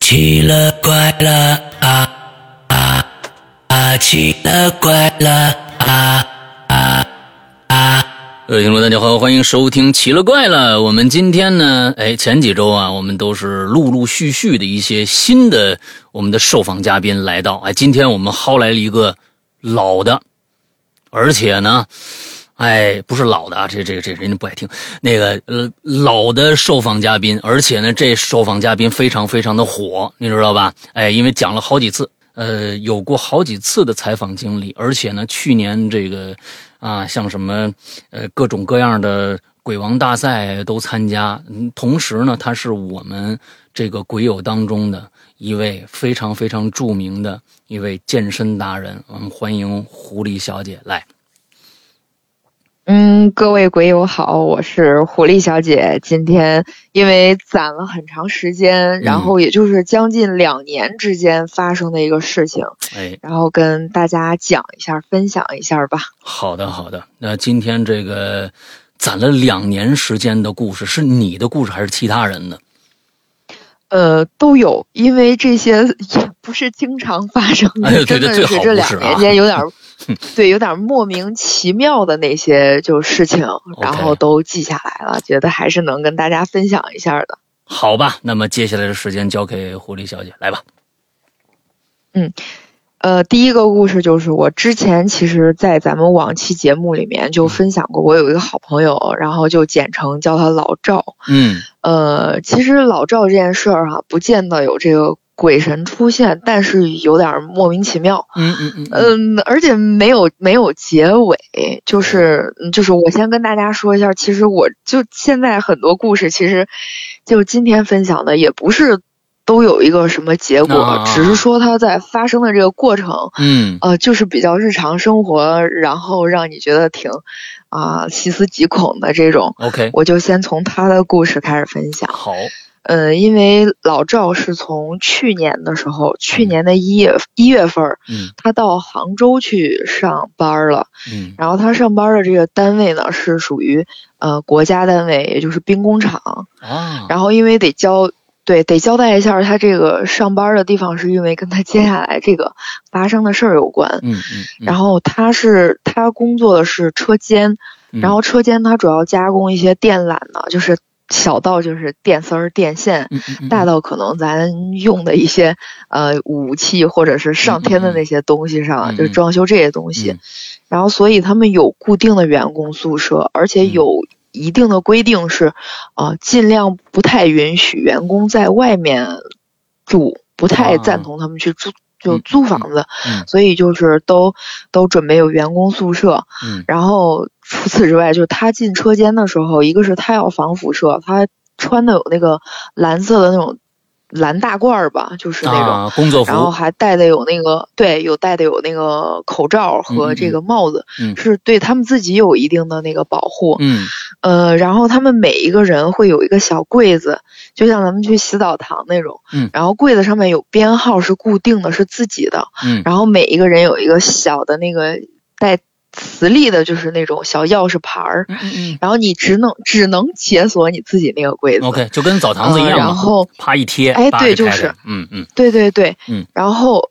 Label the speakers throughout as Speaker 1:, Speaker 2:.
Speaker 1: 奇了怪了啊啊啊！奇了怪了啊啊啊！
Speaker 2: 各位听众，大家好，欢迎收听《奇了怪了》。我们今天呢，哎，前几周啊，我们都是陆陆续续的一些新的我们的受访嘉宾来到。哎，今天我们薅来了一个老的，而且呢，哎，不是老的啊，这这这人家不爱听。那个呃，老的受访嘉宾，而且呢，这受访嘉宾非常非常的火，你知道吧？哎，因为讲了好几次，呃，有过好几次的采访经历，而且呢，去年这个啊，像什么呃各种各样的鬼王大赛都参加，嗯，同时呢，他是我们这个鬼友当中的一位非常非常著名的一位健身达人，我们欢迎狐狸小姐来。
Speaker 3: 嗯，各位鬼友好，我是狐狸小姐。今天因为攒了很长时间，然
Speaker 2: 嗯
Speaker 3: 后也就是将近两年之间发生的一个事情，
Speaker 2: 哎，
Speaker 3: 然后跟大家讲一下，分享一下吧。
Speaker 2: 好的好的，那今天这个攒了两年时间的故事，是你的故事还是其他人的？
Speaker 3: 呃，都有，因为这些也不是经常发生的，
Speaker 2: 哎对
Speaker 3: 真的
Speaker 2: 对最
Speaker 3: 是
Speaker 2: 好
Speaker 3: 这
Speaker 2: 不
Speaker 3: 两
Speaker 2: 是啊
Speaker 3: 年间有 点儿，对，有点儿莫名其妙的那些就事情，然后都记下来了，觉得还是能跟大家分享一下的。
Speaker 2: 好吧，那么接下来的时间交给狐狸小姐来吧。
Speaker 3: 呃，第一个故事就是我之前其实，在咱们往期节目里面
Speaker 2: 嗯
Speaker 3: 就分享过，我有一个好朋友，然后就简称叫他老赵。
Speaker 2: 嗯
Speaker 3: 呃，其实老赵这件事儿、哈，不见得有这个鬼神出现，但是有点儿莫名其妙。
Speaker 2: 嗯嗯嗯嗯，
Speaker 3: 嗯，而且没有没有结尾，就是嗯就是我先跟大家说一下，其实我就现在很多故事，其实就今天分享的也不是都有一个什么结果，
Speaker 2: 啊
Speaker 3: 只是说它在发生的这个过程，
Speaker 2: 嗯
Speaker 3: 呃，就是比较日常生活，然后让你觉得挺啊、细思极恐的这种。
Speaker 2: ，OK，
Speaker 3: 我就先从他的故事开始分享。
Speaker 2: 好，
Speaker 3: 嗯、因为老赵是从去年的时候，去年的一月一月份儿，
Speaker 2: 嗯
Speaker 3: 他到杭州去上班了，
Speaker 2: 嗯
Speaker 3: 然后他上班的这个单位呢是属于呃国家单位，也就是兵工厂。
Speaker 2: 啊，
Speaker 3: 然后因为得交对得交代一下他这个上班的地方，是因为跟他接下来这个发生的事儿有关。
Speaker 2: 嗯嗯，嗯
Speaker 3: 然后他是他工作的是车间，
Speaker 2: 嗯
Speaker 3: 然后车间他主要加工一些电缆呢，就是小到就是电丝儿、电线，
Speaker 2: 嗯嗯嗯
Speaker 3: 大到可能咱用的一些呃武器或者是上天的那些东西上，啊
Speaker 2: 嗯嗯
Speaker 3: 就装修这些东西。
Speaker 2: 嗯
Speaker 3: 然后，所以他们有固定的员工宿舍，而
Speaker 2: 嗯
Speaker 3: 且有一定的规定是，呃，尽量不太允许员工在外面住，不太
Speaker 2: 啊
Speaker 3: 赞同他们去租。
Speaker 2: 嗯
Speaker 3: 就租房子，
Speaker 2: 嗯
Speaker 3: 所以就是都都准备有员工宿舍，
Speaker 2: 嗯
Speaker 3: 然后除此之外，就是他进车间的时候，一个是他要防辐射，他穿的有那个蓝色的那种蓝大褂儿吧，就是那种，
Speaker 2: 啊，工作服
Speaker 3: 然后还戴的有那个对，有戴的有那个口罩和这个帽子，
Speaker 2: 嗯嗯嗯
Speaker 3: 是对他们自己有一定的那个保护。
Speaker 2: 嗯
Speaker 3: 呃，然后他们每一个人会有一个小柜子，就像咱们去洗澡堂那种，
Speaker 2: 嗯
Speaker 3: 然后柜子上面有编号是固定的，是自己的，
Speaker 2: 嗯
Speaker 3: 然后每一个人有一个小的那个带磁力的，就是那种小钥匙牌儿，
Speaker 2: 嗯嗯
Speaker 3: 然后你只能只能解锁你自己那个柜
Speaker 2: 嗯
Speaker 3: 子。
Speaker 2: ，OK，就跟澡堂子一
Speaker 3: 呃
Speaker 2: 样
Speaker 3: 然
Speaker 2: 嘛，
Speaker 3: 后
Speaker 2: 啪一贴，
Speaker 3: 哎
Speaker 2: 叭
Speaker 3: 对
Speaker 2: 就开
Speaker 3: 就是
Speaker 2: 开，嗯嗯
Speaker 3: 对对对，
Speaker 2: 嗯
Speaker 3: 然后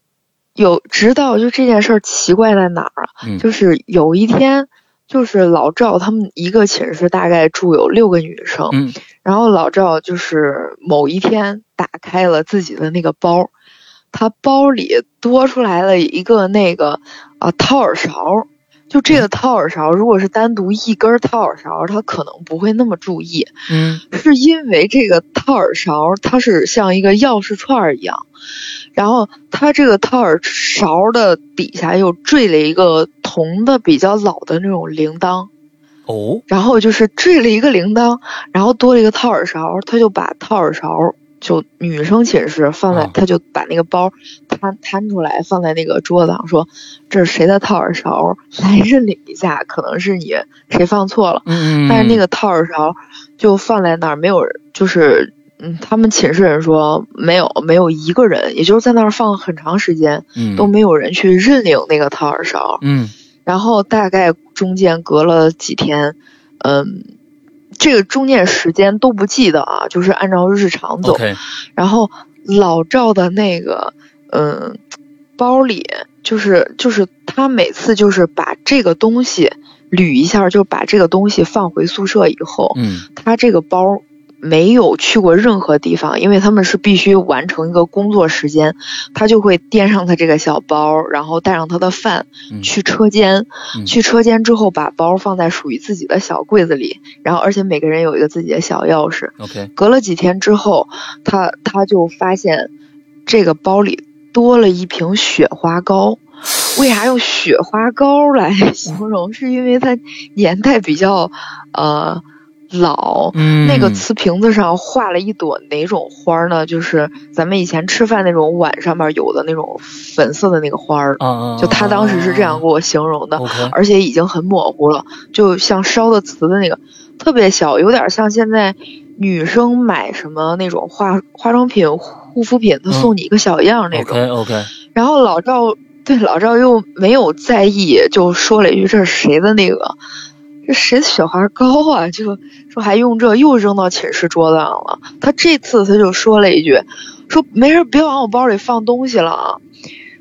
Speaker 3: 有直到就这件事儿奇怪在哪儿啊？
Speaker 2: 嗯
Speaker 3: 就是有一天。就是老赵他们一个寝室大概住有六个女生，
Speaker 2: 嗯
Speaker 3: 然后老赵就是某一天打开了自己的那个包，他包里多出来了一个那个啊掏耳勺，就这个掏耳勺，如果是单独一根掏耳勺，他可能不会那么注意，
Speaker 2: 嗯
Speaker 3: 是因为这个掏耳勺它是像一个钥匙串儿一样，然后它这个掏耳勺的底下又坠了一个铜的比较老的那种铃铛。
Speaker 2: 哦，
Speaker 3: 然后就是坠了一个铃铛，然后多了一个掏耳勺，他就把掏耳勺就女生寝室放在，
Speaker 2: 啊
Speaker 3: 他就把那个包摊摊出来放在那个桌子上，说这是谁的掏耳勺，来认领一下，可能是你谁放错了。
Speaker 2: 嗯嗯，
Speaker 3: 但是那
Speaker 2: 个
Speaker 3: 个掏耳勺就放在那儿，没有人，就是嗯，他们寝室人说没有没有一个人，也就是在那儿放很长时间都没有人去认领那个掏耳勺。
Speaker 2: 嗯
Speaker 3: 然后大概中间隔了几天，嗯，这个中间时间都不记得啊，就是按照日常走。
Speaker 2: ，OK，
Speaker 3: 然后老赵的那个嗯包里，就是就是他每次就是把这个东西捋一下，就把这个东西放回宿舍以后，
Speaker 2: 嗯
Speaker 3: 他这个包没有去过任何地方，因为他们是必须完成一个工作时间，他就会垫上他这个小包，然后带上他的饭
Speaker 2: 嗯
Speaker 3: 去车间，
Speaker 2: 嗯
Speaker 3: 去车间之后把包放在属于自己的小柜子里，然后而且每个人有一个自己的小钥匙。
Speaker 2: ，OK，
Speaker 3: 隔了几天之后，他他就发现这个包里多了一瓶雪花膏。为啥用雪花膏来 形容？是因为它年代比较呃老。
Speaker 2: 嗯
Speaker 3: 那个瓷瓶子上画了一朵哪种花儿呢？就是咱们以前吃饭那种碗上面有的那种粉色的那个花儿，
Speaker 2: 啊啊，
Speaker 3: 就他当时是这样给我形容的。
Speaker 2: ，OK，
Speaker 3: 而且已经很模糊了，就像烧的瓷的那个，特别小，有点像现在女生买什么那种化化妆品、护肤品，他
Speaker 2: 嗯
Speaker 3: 送你一个小样那种。
Speaker 2: OK OK，
Speaker 3: 然后老赵对老赵又没有在意，就说了一句：“这是谁的那个？这谁的雪花膏啊？”就说还用这，又扔到寝室桌子上了。他这次他就说了一句：“说没事，别往我包里放东西了啊。”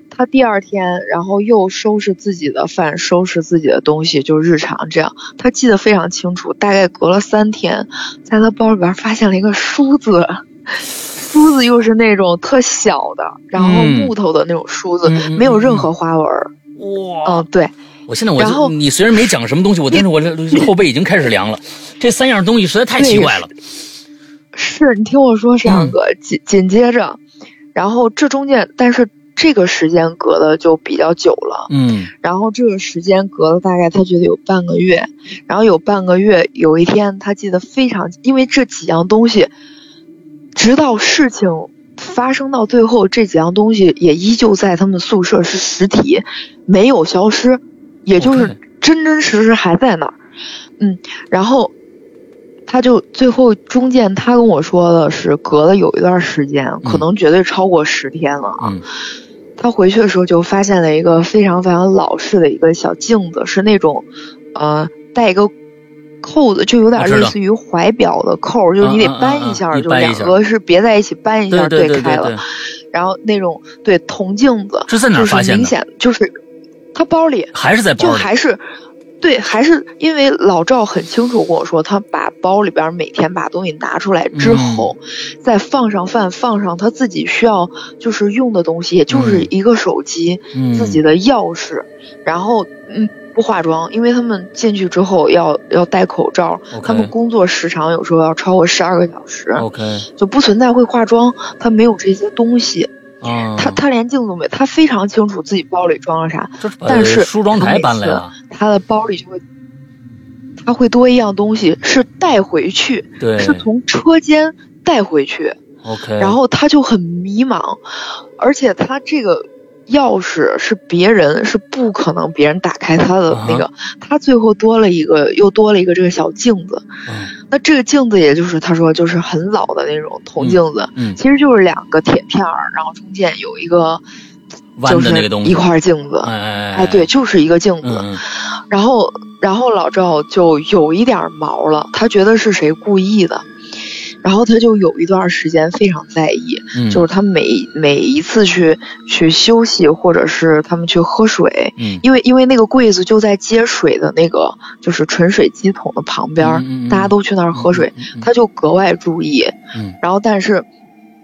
Speaker 3: 他第二天，然后又收拾自己的饭，收拾自己的东西，就日常这样。他记得非常清楚，大概隔了三天，在他包里边发现了一个梳子，梳子又是那种特小的，然后
Speaker 2: 嗯
Speaker 3: 木头的那种梳子，
Speaker 2: 嗯嗯
Speaker 3: 没有
Speaker 2: 嗯
Speaker 3: 任
Speaker 2: 嗯
Speaker 3: 何花纹儿。
Speaker 2: 哇，
Speaker 3: 嗯，对，
Speaker 2: 我现在我
Speaker 3: 然后
Speaker 2: 你虽然没讲什么东西，我但是我这后背已经开始凉了。这三样东西实在太奇怪了。
Speaker 3: 是你听我说，沈阳
Speaker 2: 嗯
Speaker 3: 哥，紧紧接着，然后这中间，但是这个时间隔的就比较久了。
Speaker 2: 嗯
Speaker 3: 然后这个时间隔了大概他觉得有半个月，然后有半个月，有一天他记得非常，因为这几样东西，直到事情发生到最后，这几样东西也依旧在他们宿舍是实体，没有消失，也就
Speaker 2: OK
Speaker 3: 是真真实实还在那儿。嗯，然后他就最后中间他跟我说的是隔了有一段时间，
Speaker 2: 嗯
Speaker 3: 可能绝对超过十天了啊。
Speaker 2: 嗯
Speaker 3: 他回去的时候就发现了一个非常非常老式的一个小镜子，是那种，呃，带一个扣子，就有点
Speaker 2: 我知道
Speaker 3: 类似于怀表的扣儿，就是你得扳一下，
Speaker 2: 嗯嗯嗯嗯
Speaker 3: 就
Speaker 2: 你掰一
Speaker 3: 两
Speaker 2: 下
Speaker 3: 个是别在一起扳一下
Speaker 2: 对对对
Speaker 3: 开
Speaker 2: 对
Speaker 3: 了，
Speaker 2: 对，
Speaker 3: 然后那种对铜镜子，
Speaker 2: 这在哪
Speaker 3: 就
Speaker 2: 儿
Speaker 3: 是
Speaker 2: 发现
Speaker 3: 明
Speaker 2: 的？
Speaker 3: 显就是他包里
Speaker 2: 还是在
Speaker 3: 就
Speaker 2: 包里？
Speaker 3: 还是。对，还是因为老赵很清楚跟我说，他把包里边每天把东西拿出来之
Speaker 2: 嗯
Speaker 3: 后，再放上饭，放上他自己需要就是用的东西，也就是
Speaker 2: 嗯
Speaker 3: 一个手机，
Speaker 2: 嗯
Speaker 3: 自己的钥匙，然后嗯不化妆，因为他们进去之后要要戴口罩
Speaker 2: OK 哦
Speaker 3: 他们工作时长有时候要超过十二个小时
Speaker 2: OK
Speaker 3: 就不存在会化妆，他没有这些东西，
Speaker 2: 啊，
Speaker 3: 他他连镜子都没，他非常清楚自己包里装了啥，
Speaker 2: 这是把
Speaker 3: 但是
Speaker 2: 梳妆台搬来了。
Speaker 3: 他的包里就会。他会多一样东西，是带回去，
Speaker 2: 对
Speaker 3: 是从车间带回去。
Speaker 2: ，OK，
Speaker 3: 然后他就很迷茫，而且他这个钥匙是别人是不可能别人打开他的
Speaker 2: 啊
Speaker 3: 那个，他最后多了一个又多了一个这个小镜子，
Speaker 2: 嗯
Speaker 3: 那这个镜子也就是他说就是很老的那种铜镜子，
Speaker 2: 嗯，
Speaker 3: 其实就是两个铁片儿，然后中间有一个
Speaker 2: 弯
Speaker 3: 就
Speaker 2: 的
Speaker 3: 是
Speaker 2: 那个东西，
Speaker 3: 一块镜子，
Speaker 2: 哎哎
Speaker 3: 哎对，，就是一个镜子，
Speaker 2: 嗯
Speaker 3: 然后，然后老赵就有一点毛了，他觉得是谁故意的，然后他就有一段时间非常在意，
Speaker 2: 嗯，
Speaker 3: 就是他每每一次去去休息，或者是他们去喝水，
Speaker 2: 嗯
Speaker 3: 因为因为那个柜子就在接水的那个就是纯水机桶的旁边儿，
Speaker 2: 嗯嗯嗯
Speaker 3: 大家都去那儿喝水，，他就格外注意，
Speaker 2: 嗯
Speaker 3: 然后但是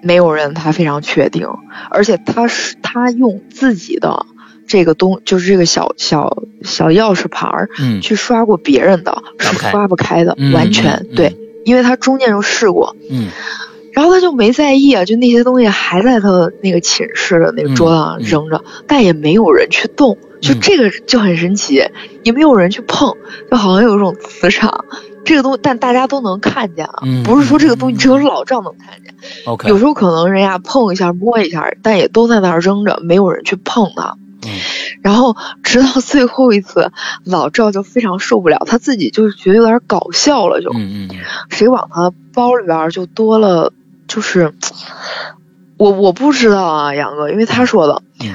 Speaker 3: 没有人他非常确定，而且他是他用自己的这个东就是这个小小小钥匙盘儿
Speaker 2: 嗯
Speaker 3: 去刷过别人的，
Speaker 2: 刷
Speaker 3: 是
Speaker 2: 不开
Speaker 3: 刷不开的，
Speaker 2: 嗯
Speaker 3: 完全
Speaker 2: 嗯嗯
Speaker 3: 对，因为他中间就试过，
Speaker 2: 嗯
Speaker 3: 然后他就没在意啊，就那些东西还在他的那个寝室的那个桌子上
Speaker 2: 嗯嗯
Speaker 3: 扔着，但也没有人去动，就
Speaker 2: 嗯
Speaker 3: 这个就很神奇，也没有人去碰，就好像有一种磁场。这个东但大家都能看见啊，
Speaker 2: 嗯
Speaker 3: 不是说这个东西
Speaker 2: 嗯
Speaker 3: 只有老赵能看见，
Speaker 2: ，OK，
Speaker 3: 有时候可能人家碰一下、摸一下，但也都在那儿扔着，没有人去碰它。
Speaker 2: 嗯
Speaker 3: 然后直到最后一次，老赵就非常受不了，他自己就是觉得有点搞笑了，就
Speaker 2: 嗯嗯
Speaker 3: 谁往他包里边儿就多了，就是我我不知道啊，杨哥，因为他说的，
Speaker 2: 嗯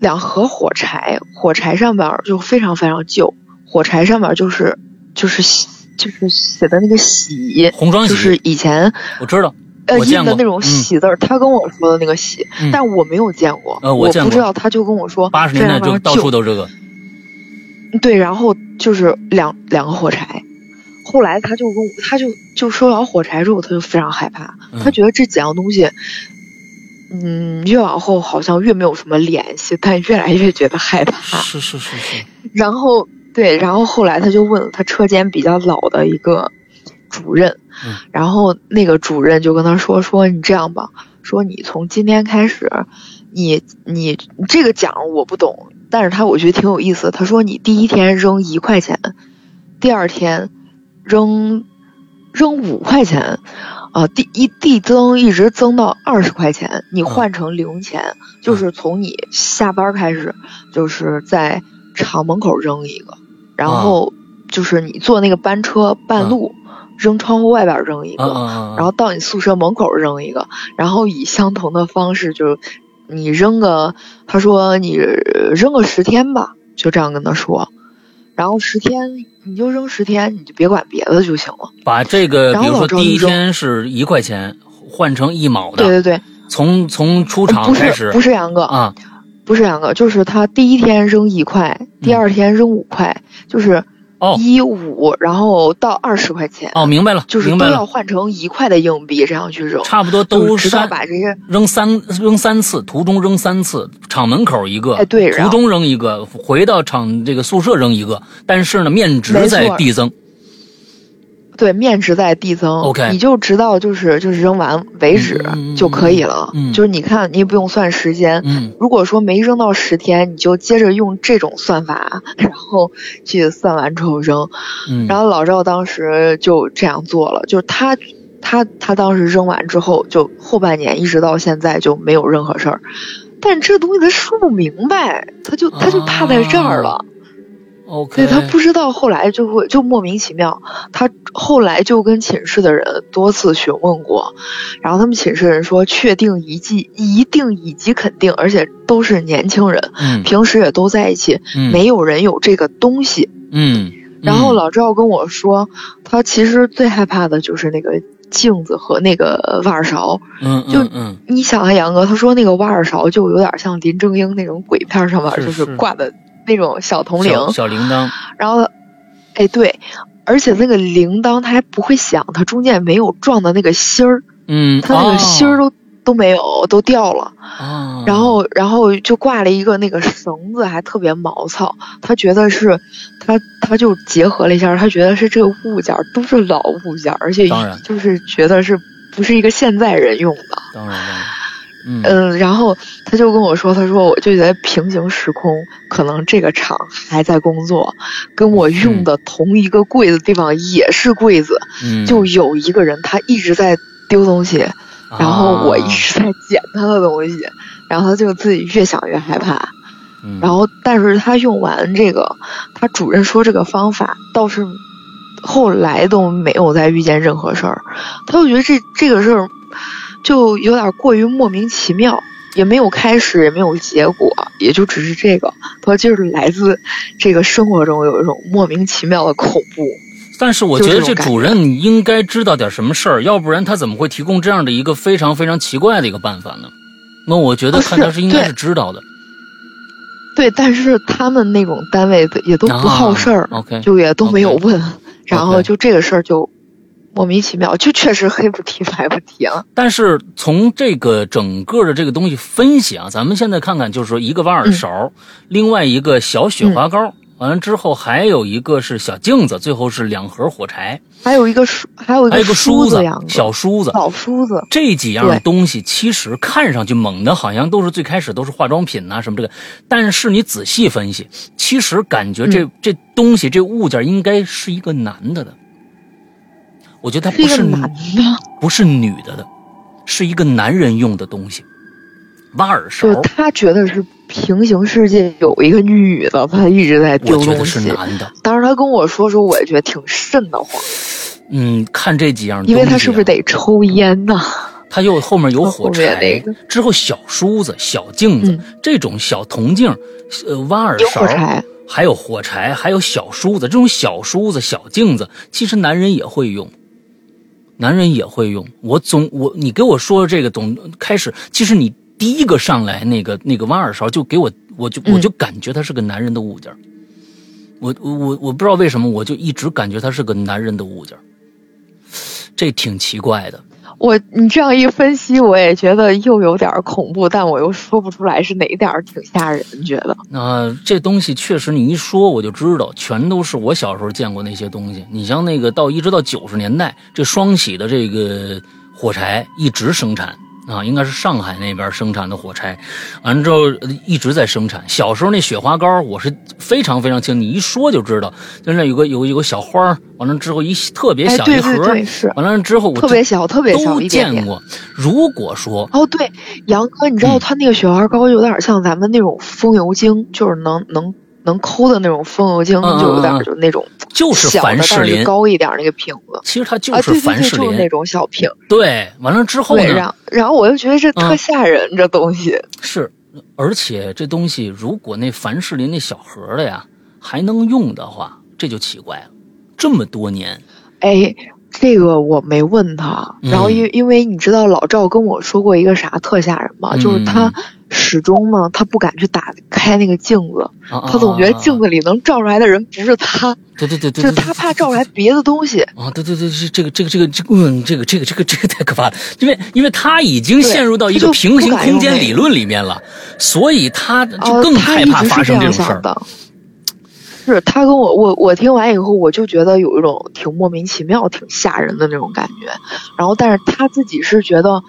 Speaker 3: 两盒火柴，火柴上面儿就非常非常旧，火柴上面儿就是就是洗就是写的那个洗，
Speaker 2: 红双
Speaker 3: 就
Speaker 2: 喜
Speaker 3: 是以前
Speaker 2: 我知道，
Speaker 3: 呃
Speaker 2: 我
Speaker 3: 印
Speaker 2: 见
Speaker 3: 的
Speaker 2: 过
Speaker 3: 那种
Speaker 2: 嗯
Speaker 3: 喜字儿，他跟我说的那个喜
Speaker 2: 嗯，
Speaker 3: 但我没有见过，
Speaker 2: 呃我
Speaker 3: 我
Speaker 2: 见
Speaker 3: 不知
Speaker 2: 过
Speaker 3: 道，他就跟我说
Speaker 2: 八十
Speaker 3: 哦这
Speaker 2: 年代
Speaker 3: 两
Speaker 2: 就
Speaker 3: 张
Speaker 2: 到
Speaker 3: 旧
Speaker 2: 处都这个，
Speaker 3: 对，然后就是两两个火柴。后来他就跟我，他就就收到火柴之后，他就非常害怕，
Speaker 2: 嗯
Speaker 3: 他觉得这几样东西，嗯，越往后好像越没有什么联系，但越来越觉得害怕。
Speaker 2: 是是是是，
Speaker 3: 然后对，然后后来他就问了他车间比较老的一个主任，
Speaker 2: 嗯
Speaker 3: 然后那个主任就跟他说说你这样吧，说你从今天开始，你你这个奖我不懂，但是他我觉得挺有意思。他说你第一天扔一块钱，第二天扔扔五块钱。啊，递一递增一直增到二十块钱，你换成零钱，就是从你下班开始，就是在厂门口扔一个，然后就是你坐那个班车半路、扔窗户外边扔一个，
Speaker 2: 啊啊啊！
Speaker 3: 然后到你宿舍门口扔一个，然后以相同的方式就是你扔个，他说你扔个十天吧，就这样跟他说，然后十天你就扔十天，你就别管别的就行了。
Speaker 2: 把这个，
Speaker 3: 然
Speaker 2: 比
Speaker 3: 后
Speaker 2: 如说
Speaker 3: 老周
Speaker 2: 第一
Speaker 3: 就说
Speaker 2: 天是一块钱，换成一毛
Speaker 3: 对
Speaker 2: 的，
Speaker 3: 对对，
Speaker 2: 从从出
Speaker 3: 不
Speaker 2: 厂开
Speaker 3: 是
Speaker 2: 始
Speaker 3: 不是杨哥，
Speaker 2: 啊，
Speaker 3: 不是杨哥，就是他第一天扔一块，第二天扔五块，就是
Speaker 2: 嗯哦
Speaker 3: 一五，然后到二十块钱。
Speaker 2: 哦，明白了，
Speaker 3: 就是
Speaker 2: 明
Speaker 3: 都
Speaker 2: 白
Speaker 3: 要
Speaker 2: 了，
Speaker 3: 换成一块的硬币这样去扔，
Speaker 2: 差不多
Speaker 3: 就
Speaker 2: 都
Speaker 3: 是直到
Speaker 2: 删
Speaker 3: 把这些
Speaker 2: 扔三扔三次，途中扔三次，厂门口一个，
Speaker 3: 哎对然
Speaker 2: 途
Speaker 3: 后
Speaker 2: 中扔一个，回到厂这个宿舍扔一个，但是呢，面值
Speaker 3: 没错
Speaker 2: 在递增，
Speaker 3: 对面值在递增
Speaker 2: OK
Speaker 3: 你就直到就是就是扔完为止
Speaker 2: 嗯嗯嗯
Speaker 3: 就可以了。
Speaker 2: 嗯
Speaker 3: 就是你看，你也不用算时间。
Speaker 2: 嗯，
Speaker 3: 如果说没扔到十天，你就接着用这种算法，然后去算完之后扔。
Speaker 2: 嗯
Speaker 3: 然后老赵当时就这样做了，就是他他他当时扔完之后，就后半年一直到现在就没有任何事儿。但这东西他说不明白，他就他
Speaker 2: 啊
Speaker 3: 就怕在这儿了。
Speaker 2: OK，
Speaker 3: 对他不知道，后来就会就莫名其妙，他后来就跟寝室的人多次询问过，然后他们寝室人说确定以及一定以及肯定，而且都是年轻人，
Speaker 2: 嗯
Speaker 3: 平时也都在一起，
Speaker 2: 嗯
Speaker 3: 没有人有这个东西。
Speaker 2: 嗯，
Speaker 3: 然后
Speaker 2: 嗯
Speaker 3: 老赵跟我说，他其实最害怕的就是那个镜子和那个挖耳勺。
Speaker 2: 嗯
Speaker 3: 就
Speaker 2: 嗯嗯
Speaker 3: 你想啊，杨哥，他说那个挖耳勺就有点像林正英那种鬼片上面
Speaker 2: 是
Speaker 3: 就是
Speaker 2: 是
Speaker 3: 挂的那种小铜铃，
Speaker 2: 小小铃铛，
Speaker 3: 然后，哎对，而且那个铃铛它还不会响，它中间没有撞的那个芯儿，
Speaker 2: 嗯，
Speaker 3: 它那个芯儿
Speaker 2: 哦
Speaker 3: 都、都没有，都掉了。
Speaker 2: 哦
Speaker 3: 然后，然后就挂了一个那个绳子，还特别毛糙。他觉得是，他他就结合了一下，他觉得是这个物件儿都是老物件儿，而且
Speaker 2: 当然
Speaker 3: 就是觉得是不是一个现在人用的。
Speaker 2: 当然当然，嗯
Speaker 3: 嗯，然后他就跟我说，他说我就觉得平行时空可能这个厂还在工作，跟我用的同一个柜子地方也是柜子，
Speaker 2: 嗯，
Speaker 3: 就有一个人他一直在丢东西，然后我一
Speaker 2: 啊
Speaker 3: 直在捡他的东西，然后他就自己越想越害怕。
Speaker 2: 嗯
Speaker 3: 然后，但是他用完这个，他主任说这个方法倒是后来都没有再遇见任何事儿，他就觉得这这个事儿就有点过于莫名其妙，也没有开始，也没有结果，也就只是这个。他说就是来自这个生活中有一种莫名其妙的恐怖。
Speaker 2: 但是我觉得
Speaker 3: 就
Speaker 2: 这
Speaker 3: 这种感觉
Speaker 2: 主任应该知道点什么事儿，要不然他怎么会提供这样的一个非常非常奇怪的一个办法呢？那我觉得
Speaker 3: 啊
Speaker 2: 看
Speaker 3: 是
Speaker 2: 他是应该
Speaker 3: 对
Speaker 2: 是知道的，
Speaker 3: 对，但是他们那种单位的也都不好事儿，
Speaker 2: 啊 OK，
Speaker 3: 就也都没有问，然后
Speaker 2: OK
Speaker 3: 就这个事儿就莫名其妙，就确实黑不提白不提了。
Speaker 2: 但是从这个整个的这个东西分析啊，咱们现在看看，就是说一个挖
Speaker 3: 嗯
Speaker 2: 耳勺，另外一个小雪花膏，完了、之后还有一个是小镜子，最后是两盒火柴，
Speaker 3: 还有一个梳，还有一
Speaker 2: 还有
Speaker 3: 个
Speaker 2: 一个梳
Speaker 3: 子样子，
Speaker 2: 小梳子。
Speaker 3: 老梳子，
Speaker 2: 这几样
Speaker 3: 对
Speaker 2: 东西其实看上去猛的，好像都是最开始都是化妆品呐、什么这个，但是你仔细分析，其实感觉
Speaker 3: 嗯
Speaker 2: 这、这东西这物件应该是一个男的的，我觉得它
Speaker 3: 是
Speaker 2: 不
Speaker 3: 一个
Speaker 2: 是
Speaker 3: 男的，
Speaker 2: 不是女的的，是一个男人用的东西，挖耳勺
Speaker 3: 就，是他觉得是平行世界有一个女的，他一直在
Speaker 2: 我
Speaker 3: 丢
Speaker 2: 觉
Speaker 3: 东
Speaker 2: 得是
Speaker 3: 西。
Speaker 2: 男的。
Speaker 3: 当时他跟我说说，我也觉得挺瘆得慌，
Speaker 2: 嗯，看这几样东西、
Speaker 3: 因
Speaker 2: 啊，
Speaker 3: 为他是不是得抽烟呢？
Speaker 2: 它又后面有火柴，
Speaker 3: 后面那个嗯
Speaker 2: 之后小梳子、小镜子、这种小铜镜，呃，挖耳
Speaker 3: 有
Speaker 2: 勺，
Speaker 3: 火柴，
Speaker 2: 还有火柴，还有小梳子，这种小梳子、小镜子，其实男人也会用。男人也会用。我总我你给我说这个懂开始，其实你第一个上来那个那个挖耳勺，就给我我就我就感觉它是个男人的物件儿。我我我我不知道为什么，我就一直感觉它是个男人的物件儿，这挺奇怪的。
Speaker 3: 我你这样一分析，我也觉得又有点恐怖，但我又说不出来是哪一点儿挺吓人。觉得
Speaker 2: 那、这东西确实，你一说我就知道，全都是我小时候见过那些东西。你像那个到一直到九十年代，这双喜的这个火柴一直生产啊，应该是上海那边生产的火柴，完了之后呃一直在生产。小时候那雪花膏，我是非常非常清，你一说就知道，就那有个有有个小花儿，完了之后一特别
Speaker 3: 哎，
Speaker 2: 小一
Speaker 3: 对
Speaker 2: 盒
Speaker 3: 对
Speaker 2: 儿，
Speaker 3: 对，是
Speaker 2: 完了之后我
Speaker 3: 特别小，特别小
Speaker 2: 都
Speaker 3: 一点
Speaker 2: 见
Speaker 3: 点。
Speaker 2: 过。如果说
Speaker 3: 哦，对，杨哥，你知道
Speaker 2: 嗯
Speaker 3: 他那个雪花膏有点像咱们那种风油精，就是能能能抠的那种风油精，
Speaker 2: 嗯
Speaker 3: 就有点
Speaker 2: 嗯嗯
Speaker 3: 儿就那种
Speaker 2: 就是
Speaker 3: 小的，
Speaker 2: 凡
Speaker 3: 但
Speaker 2: 士
Speaker 3: 是
Speaker 2: 林
Speaker 3: 就，高一点儿那个瓶子。
Speaker 2: 其实它就
Speaker 3: 啊，
Speaker 2: 是
Speaker 3: 对对
Speaker 2: 凡
Speaker 3: 对，
Speaker 2: 士
Speaker 3: 就是
Speaker 2: 林
Speaker 3: 那。种小瓶，
Speaker 2: 对，完了之后
Speaker 3: 对，
Speaker 2: 呢？
Speaker 3: 然后然后我就觉得这特
Speaker 2: 嗯
Speaker 3: 吓人，这东西，
Speaker 2: 是，而且这东西如果那凡士林那小盒的呀还能用的话，这就奇怪了。这么多年，
Speaker 3: 哎，这个我没问他，
Speaker 2: 嗯
Speaker 3: 然后因因为你知道老赵跟我说过一个啥特吓人吗？就是他
Speaker 2: 嗯
Speaker 3: 始终呢，他不敢去打开那个镜子，
Speaker 2: 啊、
Speaker 3: 他总觉得镜
Speaker 2: 啊，
Speaker 3: 子里能照出来的人不是他，
Speaker 2: 啊对对对
Speaker 3: 就
Speaker 2: 对，
Speaker 3: 是
Speaker 2: 对
Speaker 3: 他怕照出来别的东西。
Speaker 2: 啊，对对对，是这个这个这个这个，嗯，这个这个这个这个太可怕了，因为因为他已经
Speaker 3: 对
Speaker 2: 陷入到一
Speaker 3: 他
Speaker 2: 个
Speaker 3: 就
Speaker 2: 平
Speaker 3: 不
Speaker 2: 行
Speaker 3: 敢
Speaker 2: 空
Speaker 3: 用
Speaker 2: 间
Speaker 3: 那
Speaker 2: 理
Speaker 3: 个
Speaker 2: 论里面了，所以他就
Speaker 3: 哦，
Speaker 2: 更
Speaker 3: 他
Speaker 2: 害
Speaker 3: 一
Speaker 2: 怕
Speaker 3: 直
Speaker 2: 发
Speaker 3: 是这
Speaker 2: 生种
Speaker 3: 样
Speaker 2: 事
Speaker 3: 想
Speaker 2: 儿。
Speaker 3: 的。是他跟我我我听完以后，我就觉得有一种挺莫名其妙、挺吓人的那种感觉。然后，但是他自己是觉得